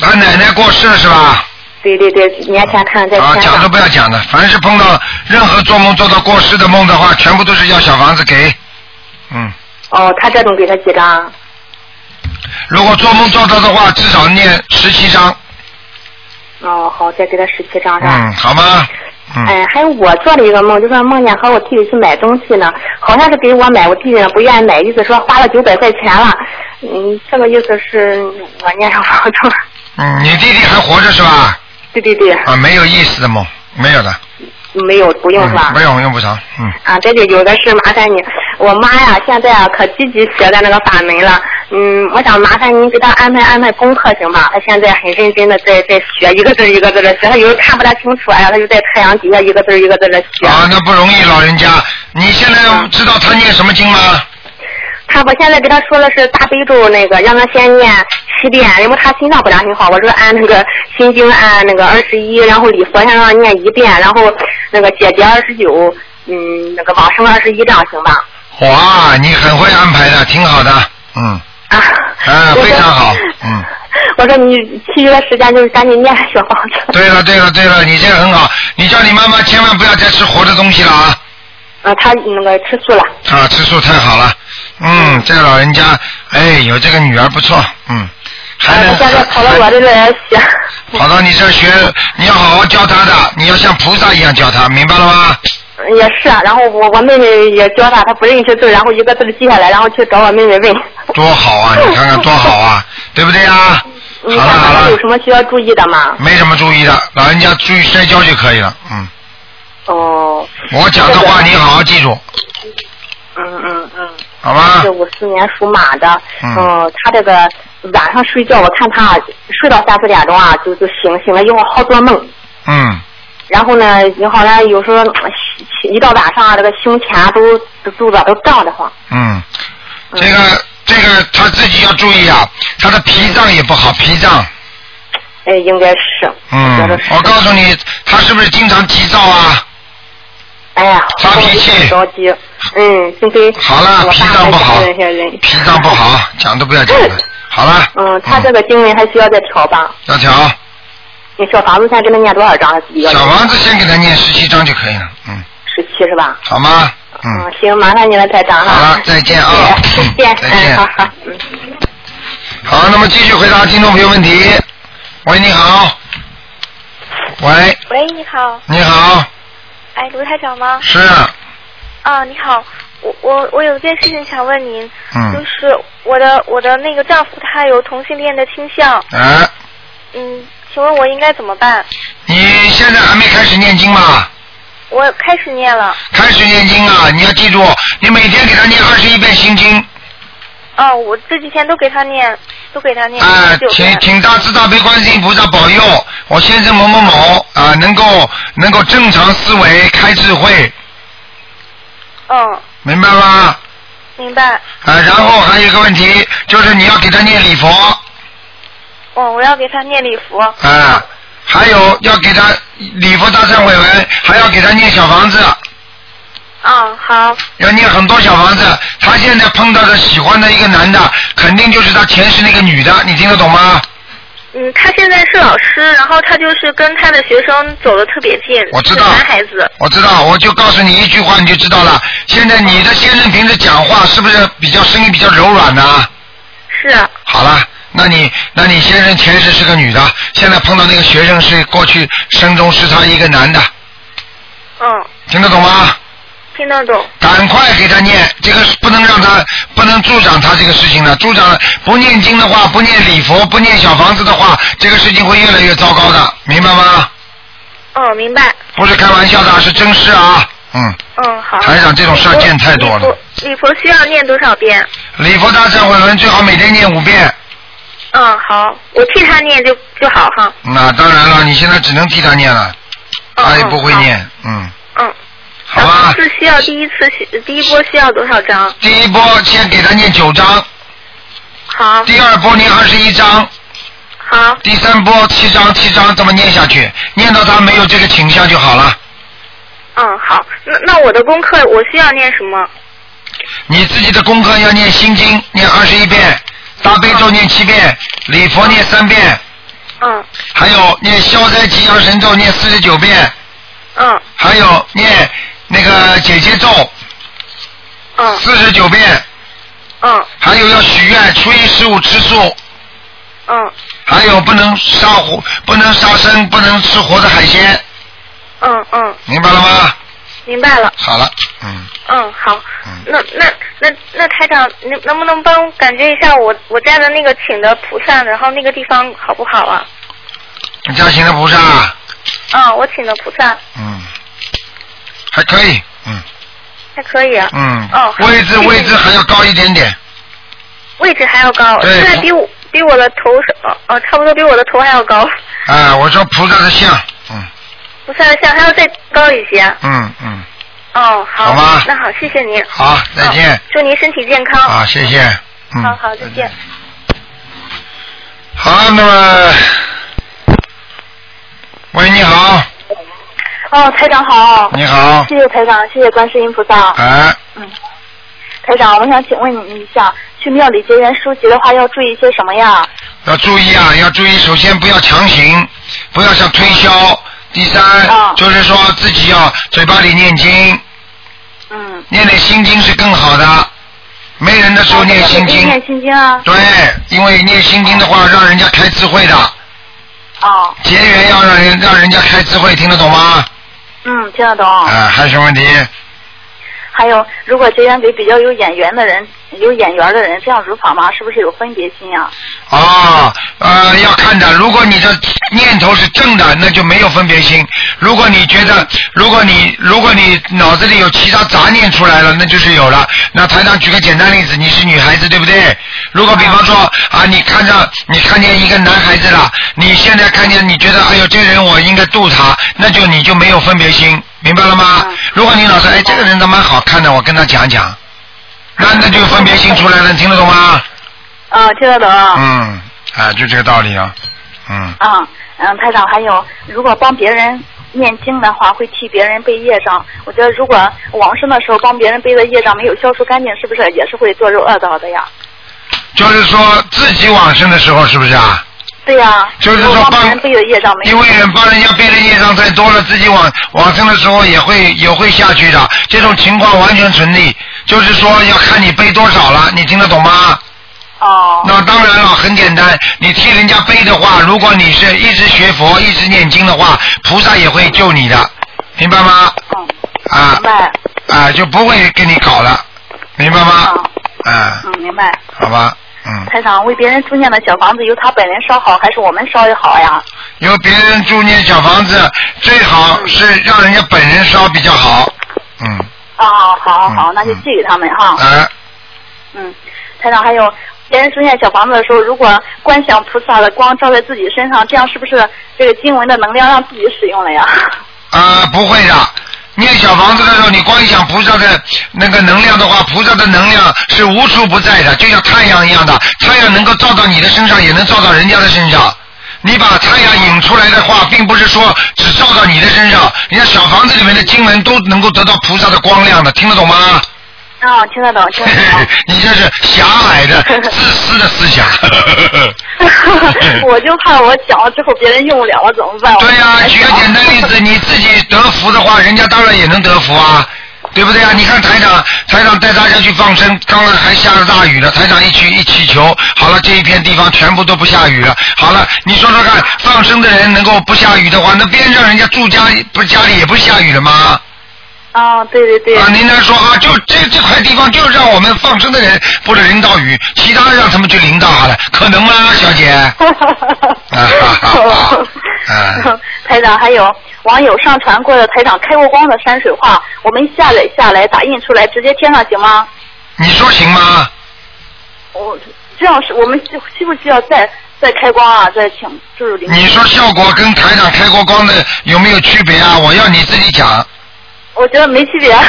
Speaker 2: 他奶奶过世了是吧？
Speaker 8: 对对对，年前看在
Speaker 2: 啊，
Speaker 8: 天
Speaker 2: 讲
Speaker 8: 上。
Speaker 2: 都不要讲的，凡是碰到任何做梦做到过世的梦的话，全部都是要小房子给。
Speaker 8: 哦，他这种给他几张啊？
Speaker 2: 如果做梦做到的话，至少念十七章，
Speaker 8: 哦，好，再给他十七张是吧？
Speaker 2: 嗯，好吗？嗯
Speaker 8: 哎，还有我做了一个梦，就说梦见和我弟弟去买东西呢，好像是给我买，我弟弟呢不愿意买，意思说花了九百块钱了。嗯，这个意思是我念上房子。
Speaker 2: 嗯，你弟弟还活着是吧？
Speaker 8: 对对对，
Speaker 2: 啊，没有意思的梦，没有的，
Speaker 8: 没有不用是吧？
Speaker 2: 嗯，不用用不着，嗯，
Speaker 8: 啊，对对，有的是，麻烦你。我妈呀，现在啊可积极学的那个法门了。嗯，我想麻烦您给她安排安排功课行吧？她现在很认真的在在学，一个字儿一个字的学，她有时候看不大清楚，哎呀，她就在太阳底下一个字儿一个字的学。
Speaker 2: 啊，那不容易，老人家，你现在
Speaker 8: 嗯
Speaker 2: 知道他念什么经吗？
Speaker 8: 她我现在跟她说的是大悲咒那个，让她先念七遍，因为她心脏不大挺好。我说按那个心经按那个二十一，然后礼佛先让她念一遍，然后那个姐姐二十九，嗯，那个往生二十一这样行吧？
Speaker 2: 哇，你很会安排的，挺好的，嗯，啊，非常好，嗯。
Speaker 8: 我说你其余的时间就是赶紧念小房子。
Speaker 2: 对了，对了，对了，你这个很好，你叫你妈妈千万不要再吃活的东西了啊！
Speaker 8: 啊，她那个吃素了。
Speaker 2: 啊，吃素太好了，嗯，这个老人家，哎，有这个女儿不错，嗯，还能、
Speaker 8: 现在哎跑到我这来学。
Speaker 2: 跑到你这儿学，你要好好教她的，你要像菩萨一样教她，明白了吗？
Speaker 8: 也是，啊然后我我妹妹也教她，她不认识字，然后一个字儿记下来，然后去找我妹妹问。
Speaker 2: 多好啊，你看看多好啊，对不对啊？
Speaker 8: 你看看有什么需要注意的吗？
Speaker 2: 没什么注意的，老人家注意摔跤就可以了，嗯。
Speaker 8: 哦。
Speaker 2: 我讲的话你好好记住，
Speaker 8: 嗯嗯嗯。
Speaker 2: 好吧
Speaker 8: 是五四年属马的，
Speaker 2: 嗯
Speaker 8: 嗯，她这个晚上睡觉，我看她睡到三四点钟啊，就就醒，醒了以后好做梦。
Speaker 2: 嗯，
Speaker 8: 然后呢，你好像有时候嗯一到晚上啊，这个胸前啊都都肚子啊都胀得慌。
Speaker 2: 嗯，这个这个他自己要注意啊，他的脾脏也不好，脾脏，
Speaker 8: 哎，应该是。
Speaker 2: 嗯，我告诉你，他是不是经常急躁啊？
Speaker 8: 哎呀，
Speaker 2: 发脾气，
Speaker 8: 着急。嗯，对对。
Speaker 2: 好了
Speaker 8: 我
Speaker 2: 脾脏不好
Speaker 8: 那些人。
Speaker 2: 脾脏不好，讲都不要讲了。好了，
Speaker 8: 嗯，他这个经文还需要再调吧？
Speaker 2: 要调，
Speaker 8: 你小房子现在给他念多少章？一个
Speaker 2: 小王子先给他念十七章就可以了，嗯，
Speaker 8: 十七是吧？
Speaker 2: 好吗？
Speaker 8: 嗯，行，麻烦你了，台长哈。好了，
Speaker 2: 再见啊！
Speaker 8: 再见，
Speaker 2: 再见
Speaker 8: 嗯，好好。
Speaker 2: 好，那么继续回答听众朋友问题。喂，你好。喂，
Speaker 9: 喂，你好。
Speaker 2: 你好，
Speaker 9: 哎，卢台长吗？
Speaker 2: 是，
Speaker 9: 啊，你好，我我我有件事情想问您，
Speaker 2: 嗯
Speaker 9: 就是我的我的那个丈夫他有同性恋的倾向，
Speaker 2: 哎，
Speaker 9: 嗯，请问我应该怎么办？
Speaker 2: 你现在还没开始念经吗？
Speaker 9: 我开始念了，
Speaker 2: 开始念经啊！你要记住，你每天给他念二十一遍心经，
Speaker 9: 啊，我这几天都给他念，都给他念，
Speaker 2: 啊、
Speaker 9: 嗯就
Speaker 2: 请请大慈大悲观世音菩萨保佑我先生某某某啊、能够能够正常思维，开智慧，
Speaker 9: 嗯，
Speaker 2: 明白吗？
Speaker 9: 明白，
Speaker 2: 啊、然后还有一个问题，就是你要给他念礼佛，啊、
Speaker 9: 嗯，我要给他念礼佛，
Speaker 2: 还有要给他礼佛大忏悔文，还要给他念小房子，
Speaker 9: 嗯，好，
Speaker 2: 要念很多小房子。他现在碰到的喜欢的一个男的，肯定就是他前世那个女的，你听得懂吗？
Speaker 9: 嗯，他现在是老师，然后他就是跟他的学生走的特别近，
Speaker 2: 我知道
Speaker 9: 是男孩子，
Speaker 2: 我知道，我就告诉你一句话，你就知道了。现在你的先生平时讲话是不是比较声音比较柔软呢、
Speaker 9: 是，
Speaker 2: 好了，那你那你先生前世是个女的，现在碰到那个学生是过去生中是他一个男的，
Speaker 9: 嗯，
Speaker 2: 听得懂吗？
Speaker 9: 听得懂，
Speaker 2: 赶快给他念，这个是不能让他不能助长他这个事情的。助长不念经的话，不念礼佛，不念小房子的话，这个事情会越来越糟糕的，明白吗？
Speaker 9: 嗯，明白，
Speaker 2: 不是开玩笑的，是真事啊。嗯，
Speaker 9: 嗯，好。
Speaker 2: 台长这种事儿见太多了。
Speaker 9: 礼佛需要念多少遍？
Speaker 2: 礼佛大忏悔文最好每天念五遍。
Speaker 9: 嗯，好，我替他念就就好哈。
Speaker 2: 那当然了，你现在只能替他念了，他也不会念，嗯。
Speaker 9: 嗯。
Speaker 2: 好吧，
Speaker 9: 是需要第一次需第一波需要多少张？
Speaker 2: 啊第一波先给他念九章，
Speaker 9: 好。
Speaker 2: 第二波念二十一章，
Speaker 9: 好。
Speaker 2: 第三波七章七章这么念下去，念到他没有这个倾向就好了。
Speaker 9: 嗯，好。那那我的功课我需要念什么？
Speaker 2: 你自己的功课要念心经，念二十一遍，大悲咒念七遍，礼佛念三遍，
Speaker 9: 嗯
Speaker 2: 还有念消灾吉祥神咒念四十九遍，
Speaker 9: 嗯
Speaker 2: 还有念那个姐姐咒，
Speaker 9: 嗯
Speaker 2: 四十九遍，
Speaker 9: 嗯
Speaker 2: 还有要许愿，初一十五吃素，
Speaker 9: 嗯
Speaker 2: 还有不能杀活，不能杀生，不能吃活的海鲜，
Speaker 9: 嗯嗯嗯，
Speaker 2: 明白了吗？
Speaker 9: 明白了。
Speaker 2: 好了，嗯，
Speaker 9: 嗯，好。那那那那台长，能能不能帮我感觉一下我我家的那个请的菩萨，然后那个地方好不好啊？
Speaker 2: 你家请的菩萨，
Speaker 9: 嗯，我请的菩萨
Speaker 2: 嗯，还可以，嗯
Speaker 9: 还可以啊。
Speaker 2: 嗯，
Speaker 9: 哦，好
Speaker 2: 位置
Speaker 9: 谢谢
Speaker 2: 位置还要高一点点，
Speaker 9: 位置还要高，
Speaker 2: 对
Speaker 9: 现在比我比我的头是哦哦，差不多比我的头还要高，
Speaker 2: 啊，我说菩萨的像，嗯
Speaker 9: 菩萨像还要再高一些。啊
Speaker 2: 嗯嗯，
Speaker 9: 哦，
Speaker 2: 好
Speaker 9: 好，
Speaker 2: 吧
Speaker 9: 那好，谢谢您。
Speaker 2: 好，再见。
Speaker 9: 哦祝您身体健康。
Speaker 2: 啊，谢谢。嗯，
Speaker 9: 好好，再见。
Speaker 2: 好，那么，喂，你好，
Speaker 7: 哦，台长好。
Speaker 2: 你好
Speaker 7: 谢谢台长，谢谢观世音菩萨。
Speaker 2: 哎，
Speaker 7: 台长，我想请问你一下，去庙里结缘书籍的话，要注意些什么呀？
Speaker 2: 要注意啊，要注意，首先不要强行，不要像推销。第三，
Speaker 9: 哦
Speaker 2: 就是说自己要嘴巴里念经，嗯，念点心经是更好的。没人的
Speaker 9: 哦
Speaker 2: 时候念心
Speaker 7: 可以
Speaker 2: 经，
Speaker 7: 念心经啊。
Speaker 2: 对，因为念心经的话，让人家开智慧的。
Speaker 7: 哦。
Speaker 2: 结缘要让人让人家开智慧，听得懂吗？
Speaker 7: 嗯，听得懂。
Speaker 2: 啊，还有什么问题？
Speaker 7: 还有，如果结缘给比较有眼缘的人，有眼缘的人，这样如法吗？是不是有分别心呀、
Speaker 2: 啊，呃，要看的。如果你的念头是正的，那就没有分别心；如果你觉得，如果你如果你脑子里有其他杂念出来了，那就是有了。那台长举个简单例子，你是女孩子对不对？如果比方说啊，你看着你看见一个男孩子了，你现在看见你觉得哎呦这人我应该度他，那就你就没有分别心，明白了吗？如果你老是哎这个人他蛮好看的，我跟他讲讲，那那就分别心出来了，你听得懂吗？
Speaker 7: 啊？听得懂。
Speaker 2: 嗯，啊，就这个道理啊，嗯，
Speaker 7: 啊，嗯，台长，还有，如果帮别人念经的话，会替别人背业障。我觉得，如果往生的时候帮别人背的业障没有消除干净，是不是也是会做入恶道的呀？
Speaker 2: 就是说自己往生的时候是不是啊？
Speaker 7: 对呀、
Speaker 2: 就是说
Speaker 7: 如果
Speaker 2: 帮
Speaker 7: 帮别人背的业障没有，
Speaker 2: 因为人帮人家背的业障太多了，自己往往生的时候也会也会下去的，这种情况完全成立。就是说要看你背多少了，你听得懂吗？
Speaker 7: 哦。
Speaker 2: 那当然了，很简单，你替人家背的话，如果你是一直学佛、一直念经的话，菩萨也会救你的，明白吗？啊。明
Speaker 7: 哦白。
Speaker 2: 啊，就不会跟你搞了，明白吗？
Speaker 7: 哦
Speaker 2: 啊，
Speaker 7: 嗯，明白。
Speaker 2: 好吧，嗯。
Speaker 7: 台长，为别人租念的小房子由他本人烧好，还是我们烧也好呀？
Speaker 2: 由别人住念小房子，最好是让人家本人烧比较好。嗯，
Speaker 7: 啊，好好好，那就寄给他们哈。
Speaker 2: 啊，
Speaker 7: 嗯，台长，还有别人租念小房子的时候，如果观想菩萨的光照在自己身上，这样是不是这个经文的能量让自己使用 了呀？
Speaker 2: 啊，不会的。念小房子的时候，你光想菩萨的那个能量的话，菩萨的能量是无处不在的，就像太阳一样的，太阳能够照到你的身上，也能照到人家的身上。你把太阳引出来的话，并不是说只照到你的身上，人家小房子里面的经文都能够得到菩萨的光亮的，听得懂吗？
Speaker 7: 啊，听得懂，听得懂。
Speaker 2: 你这是狭隘的、自私的思想。
Speaker 7: 我就怕我讲了之后别人用不了了怎么办？对呀、
Speaker 2: 举个简单例子，你自己得福的话，人家当然也能得福啊，对不对啊？你看台长，台长带大家去放生，刚刚还下着大雨了，台长一去一祈求，好了，这一片地方全部都不下雨了。好了，你说说看，放生的人能够不下雨的话，那边上人家住家里不是家里也不下雨了吗？
Speaker 7: 啊，对对对。
Speaker 2: 啊，您来说啊，就这这块地方就让我们放生的人不是淋到雨，其他让他们去淋到好了，可能吗，小姐？啊哈哈哈！啊。
Speaker 7: 台长，还有网友上传过的台长开过光的山水画，我们下载下来打印出来直接贴上行吗？
Speaker 2: 你说行吗？
Speaker 7: 我这样是我们需需不需要再再开光啊？再请就是领
Speaker 2: 你说效果跟台长开过光的有没有区别啊？我要你自己讲。
Speaker 7: 我觉得没区别。啊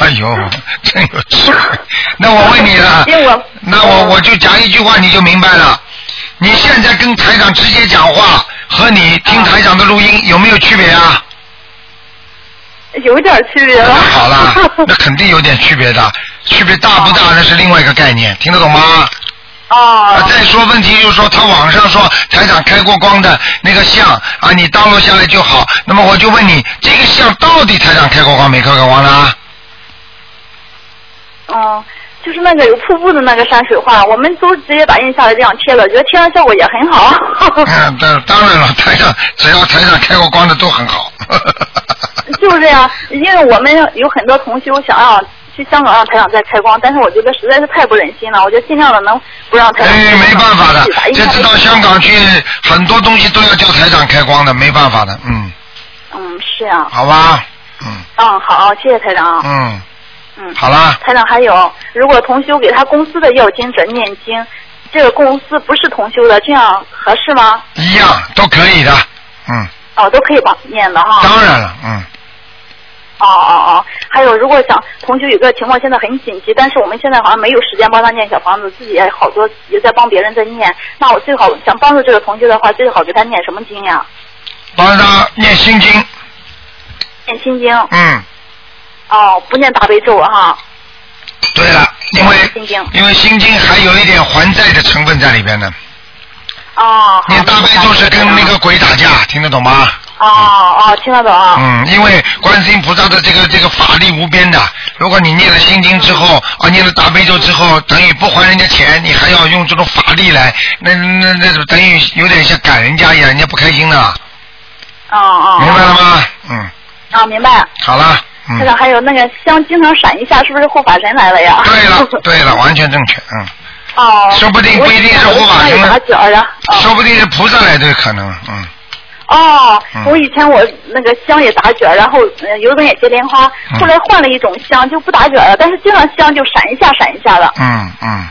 Speaker 2: 哎呦，真有趣。那我问你了，那我我就讲一句话你就明白了。你现在跟台长直接讲话和你听台长的录音有没有区别啊？
Speaker 7: 有点区别了。
Speaker 2: 好啦， 那肯定有点区别的，区别大不大那是另外一个概念，听得懂吗？啊
Speaker 7: 哦。
Speaker 2: 再说问题就是说，他网上说台长开过光的那个像啊，你当落下来就好。那么我就问你，这个像到底台长开过光没开过光 啦？
Speaker 7: 嗯，就是那个有瀑布的那个山水画，我们都直接打印下来这样贴了，觉得贴上效果也很好。
Speaker 2: 嗯，当当然了，台长只要台长开过光的都很好。
Speaker 7: 就是呀、因为我们有很多同修想让去香港让台长再开光，但是我觉得实在是太不忍心了，我就尽量的能不让台长。
Speaker 2: 哎，没办法 的，这次到香港去，很多东西都要叫台长开光的，没办法的，嗯，
Speaker 7: 嗯，是呀、
Speaker 2: 好吧，
Speaker 7: 嗯，好，谢谢台长啊。
Speaker 2: 嗯，
Speaker 7: 嗯，
Speaker 2: 好啦。
Speaker 7: 台长还有，如果同修给他公司的要经者念经，这个公司不是同修的，这样合适吗？
Speaker 2: 一样都可以的，嗯，
Speaker 7: 哦，都可以帮念的哈。
Speaker 2: 当然了，嗯。
Speaker 7: 哦哦哦，还有，如果想同学有个情况现在很紧急，但是我们现在好像没有时间帮他念小房子，自己也好多也在帮别人在念。那我最好想帮助这个同学的话，最好给他念什么经啊呀？
Speaker 2: 帮他念心经，
Speaker 7: 念心经。
Speaker 2: 嗯，
Speaker 7: 哦，不念大悲咒哈。
Speaker 2: 对了，因为
Speaker 7: 心经。
Speaker 2: 因为心经还有一点还债的成分在里边呢。
Speaker 7: 哦。
Speaker 2: 念大悲咒是跟那个鬼打架，听得懂吗？
Speaker 7: 哦哦，听得懂。
Speaker 2: 嗯，因为观世音菩萨的这个这个法力无边的，如果你念了心经之后，啊，念了大悲咒之后，等于不还人家钱，你还要用这种法力来，那那那那等于有点像赶人家一样，人家不开心的，
Speaker 7: 哦哦。
Speaker 2: 明白了吗？嗯，
Speaker 7: 啊，明白。
Speaker 2: 好了，嗯
Speaker 7: 台，长，还有那个香经常闪一下，是不是护法神来了呀？
Speaker 2: 对了，对了，完全正确，嗯，
Speaker 7: 哦。
Speaker 2: 说不定不一定是护法神
Speaker 7: 我以前有啥角呀？
Speaker 2: 说不定是菩萨来都有可能，嗯，
Speaker 7: 哦
Speaker 2: 嗯，
Speaker 7: 我以前我那个香也打卷儿，然后呃油灯也接莲花，
Speaker 2: 嗯
Speaker 7: 后来换了一种香就不打卷儿了，但是经常香就闪一下闪一下的。
Speaker 2: 嗯嗯，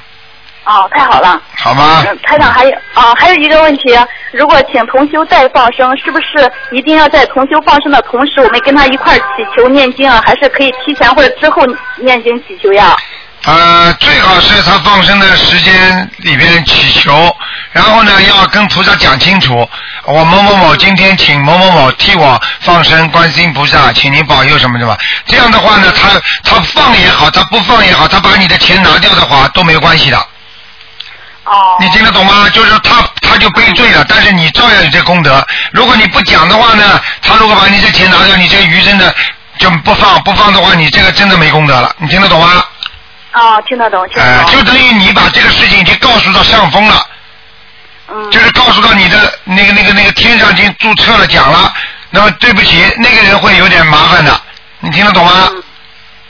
Speaker 7: 哦，太好了。
Speaker 2: 好吗？
Speaker 7: 嗯，台长还有啊、还有一个问题，如果请同修再放生，是不是一定要在同修放生的同时，我们跟他一块儿祈求念经啊？还是可以提前或者之后念经祈求呀？
Speaker 2: 呃，最好是他放生的时间里边祈求，然后呢要跟菩萨讲清楚，我某某某今天请某某某替我放生，观世音菩萨，请您保佑什么什么。这样的话呢，他他放也好，他不放也好，他把你的钱拿掉的话都没有关系的。
Speaker 7: 哦。
Speaker 2: 你听得懂吗？就是他他就背罪了，但是你照样有这功德。如果你不讲的话呢，他如果把你这钱拿掉，你这个鱼真的就不放，不放的话，你这个真的没功德了。你听得懂吗？
Speaker 7: 哦，听得懂，听得
Speaker 2: 呃，
Speaker 7: 懂。
Speaker 2: 就等于你把这个事情已经告诉到上峰了，就是告诉到你的那个那个那个天上已经注册了讲了，那么对不起，那个人会有点麻烦的，你听得懂吗？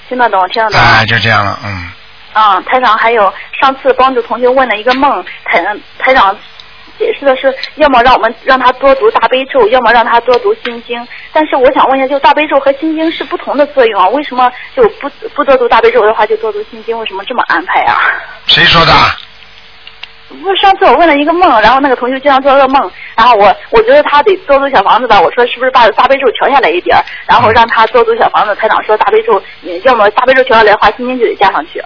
Speaker 7: 听得懂，听得懂。
Speaker 2: 哎，就这样了，嗯，
Speaker 7: 啊，台长，还有上次帮助同学问了一个梦，台台长解释的是，要么让我们让他多读大悲咒，要么让他多读心经。但是我想问一下，就大悲咒和心经是不同的作用啊，为什么就不不多读大悲咒的话，就多读心经？为什么这么安排啊？
Speaker 2: 谁说的？
Speaker 7: 不是上次我问了一个梦，然后那个同学经常做噩梦，然后我我觉得他得多租小房子吧，我说是不是把大悲咒调下来一点儿，然后
Speaker 2: 嗯
Speaker 7: 让他多租小房子。台长说大悲咒，呃要么大悲咒调下来的话，心经就得加上去。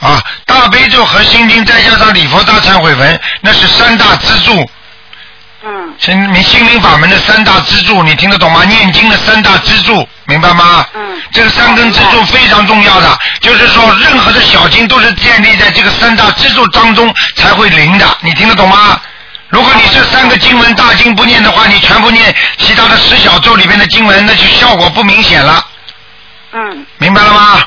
Speaker 2: 啊，大悲咒和心经再加上礼佛大忏悔文，那是三大支柱。
Speaker 7: 嗯。
Speaker 2: 心你心灵法门的三大支柱，你听得懂吗？念经的三大支柱，明白吗？嗯。这个三根支柱非常重要的，就是说任何的小经都是建立在这个三大支柱当中才会灵的，你听得懂吗？如果你这三个经文大经不念的话，你全部念其他的十小咒里面的经文，那就效果不明显了，
Speaker 7: 嗯，
Speaker 2: 明白了吗？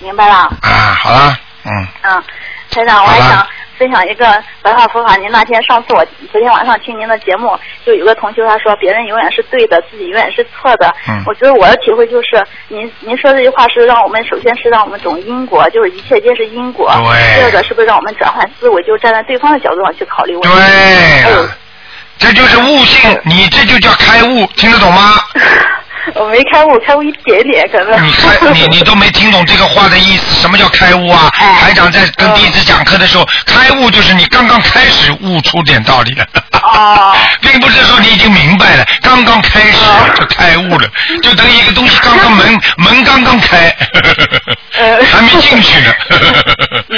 Speaker 7: 明白了。
Speaker 2: 啊，好了，嗯。
Speaker 7: 嗯，台长，我还想分享一个白话佛法。您那天上次我昨天晚上听您的节目，就有个同学他说别人永远是对的，自己永远是错的。
Speaker 2: 嗯
Speaker 7: 我觉得我的体会就是，您您说这句话是让我们首先是让我们懂因果，就是一切皆是因果。
Speaker 2: 对
Speaker 7: 第二个是不是让我们转换思维，就站在对方的角度上去考虑问题？
Speaker 2: 对了，这就是悟性，你这就叫开悟，听得懂吗？
Speaker 7: 我没开悟，开悟一点点可能。
Speaker 2: 你开你你都没听懂这个话的意思，什么叫开悟啊？
Speaker 7: 哎
Speaker 2: 台长在跟弟
Speaker 7: 嗯
Speaker 2: 子讲课的时候，开悟就是你刚刚开始悟出点道理了，
Speaker 7: 哦
Speaker 2: 并不是说你已经明白了，刚刚开始就开悟了，就等于一个东西刚刚门门刚刚开，
Speaker 7: 嗯
Speaker 2: 还没进去 呢，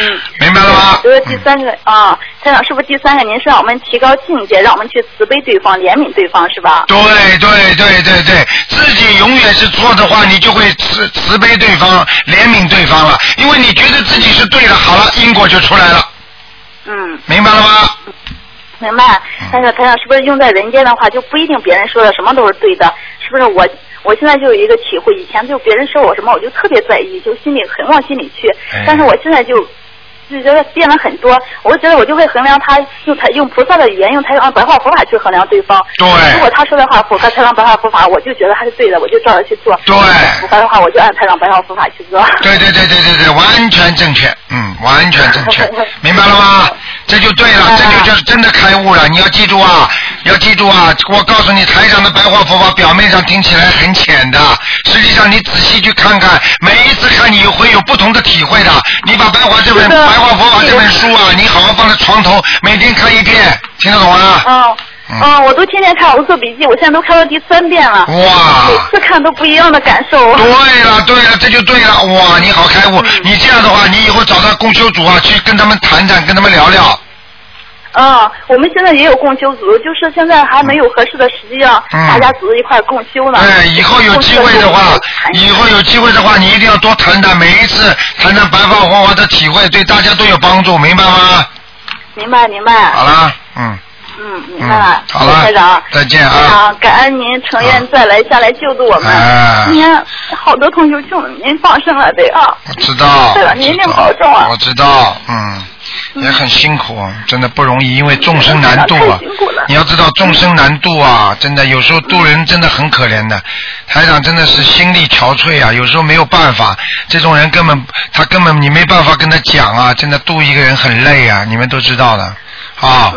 Speaker 2: 明白了吗？嗯
Speaker 7: 就是第三个啊，台长是不是第三个？您是让我们提高境界，让我们去慈悲对方、怜悯对方，是吧？
Speaker 2: 对对对对对，自己永远是错的话，你就会慈慈悲对方、怜悯对方了，因为你觉得自己是对的，好了，因果就出来了。
Speaker 7: 嗯。
Speaker 2: 明白了吗？
Speaker 7: 明白。但是台长是不是用在人间的话，就不一定别人说的什么都是对的？是不是我？我现在就有一个体会，以前就别人说我什么，我就特别在意，就心里很往心里去
Speaker 2: 哎。
Speaker 7: 但是我现在就就觉得变了很多。我就觉得我就会衡量他用他用菩萨的语言，用他用白话佛法去衡量对方。
Speaker 2: 对。
Speaker 7: 如果他说的话符合太上白话佛法，我就觉得他是对的，我就照着去做。
Speaker 2: 对。
Speaker 7: 符合的话，我就按太上白话佛法去做。
Speaker 2: 对对对对对对，完全正确，嗯，完全正确，明白了吗？这就对了，这就叫真的开悟了。你要记住啊，要记住啊！我告诉你，台上的白话佛法表面上听起来很浅的，实际上你仔细去看看，每一次看你会有不同的体会的。你把白话这本白话佛法这本书啊，你好好放在床头，每天看一遍，听得懂吗？
Speaker 7: 嗯。嗯，我都天天看，我都做笔记，我现在都看到第三遍了。
Speaker 2: 哇！
Speaker 7: 每次看都不一样的感受。
Speaker 2: 啊对了，对了，这就对了。哇，你好开悟！你这样的话，你以后找到共修组啊，去跟他们谈谈，跟他们聊聊。
Speaker 7: 嗯，我们现在也有共修组，就是现在还没有合适的时机让
Speaker 2: 嗯
Speaker 7: 大家组织一块儿共修呢。
Speaker 2: 哎，以后有机会的话，以后有机会的话，你一定要多谈谈，每一次谈谈白话佛法的体会，对大家都有帮助，明白吗？
Speaker 7: 明白明白。
Speaker 2: 好啦，嗯，
Speaker 7: 嗯，明白了。
Speaker 2: 好了
Speaker 7: 谢谢台长，
Speaker 2: 再见啊
Speaker 7: 台长，感恩您诚愿再来下来救度我
Speaker 2: 啊
Speaker 7: 们。您好多同学求您放生了得啊。
Speaker 2: 我知道，
Speaker 7: 对了，您一定保重啊。
Speaker 2: 我知道，嗯，也很辛苦，啊真的不容易，因为众生难度啊
Speaker 7: 嗯太辛苦了。
Speaker 2: 你要知道众生难度啊，真的有时候渡人真的很可怜的，台长真的是心力憔悴啊，有时候没有办法，这种人根本他根本你没办法跟他讲啊，真的渡一个人很累啊，你们都知道的啊，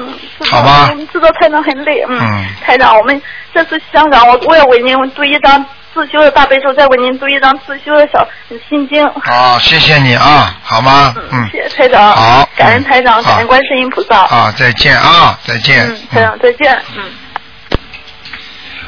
Speaker 2: 好吧
Speaker 7: 嗯我，们知道台长很累，嗯，
Speaker 2: 嗯
Speaker 7: 台长，我们这次香港，我我也为您读一张自修的大悲咒，再为您读一张自修的小心经。
Speaker 2: 好，谢谢你啊，好吗？嗯，
Speaker 7: 谢谢台长，
Speaker 2: 好
Speaker 7: 感恩台长，
Speaker 2: 嗯
Speaker 7: 感恩观世音菩萨，
Speaker 2: 啊，再见啊，再见。
Speaker 7: 台长再见，嗯。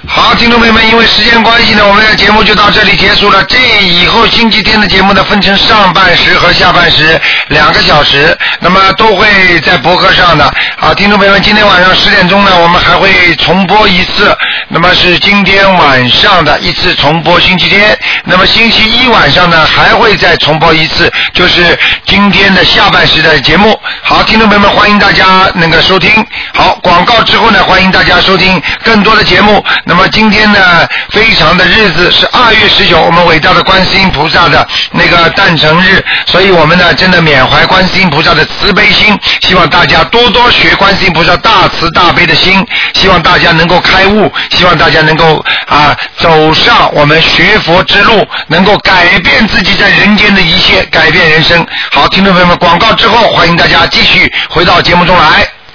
Speaker 2: 好，听众朋友们，因为时间关系呢，我们的节目就到这里结束了。这以后星期天的节目呢，分成上半时和下半时两个小时，那么都会在博客上的。啊，听众朋友们，今天晚上十点钟呢，我们还会重播一次，那么是今天晚上的一次重播星期天，那么星期一晚上呢还会再重播一次，就是今天的下半时的节目。好，听众朋友们，欢迎大家那个收听。好，广告之后呢，欢迎大家收听更多的节目。那么今天呢，非常的日子是二月十九，我们伟大的观世音菩萨的那个诞辰日，所以我们呢真的缅怀观世音菩萨的慈悲心，希望大家多多学观世音菩萨大慈大悲的心，希望大家能够开悟，希望大家能够啊走上我们学佛之路，能够改变自己在人间的一切，改变人生。好，听众朋友们，广告之后欢迎大家继续回到节目中来。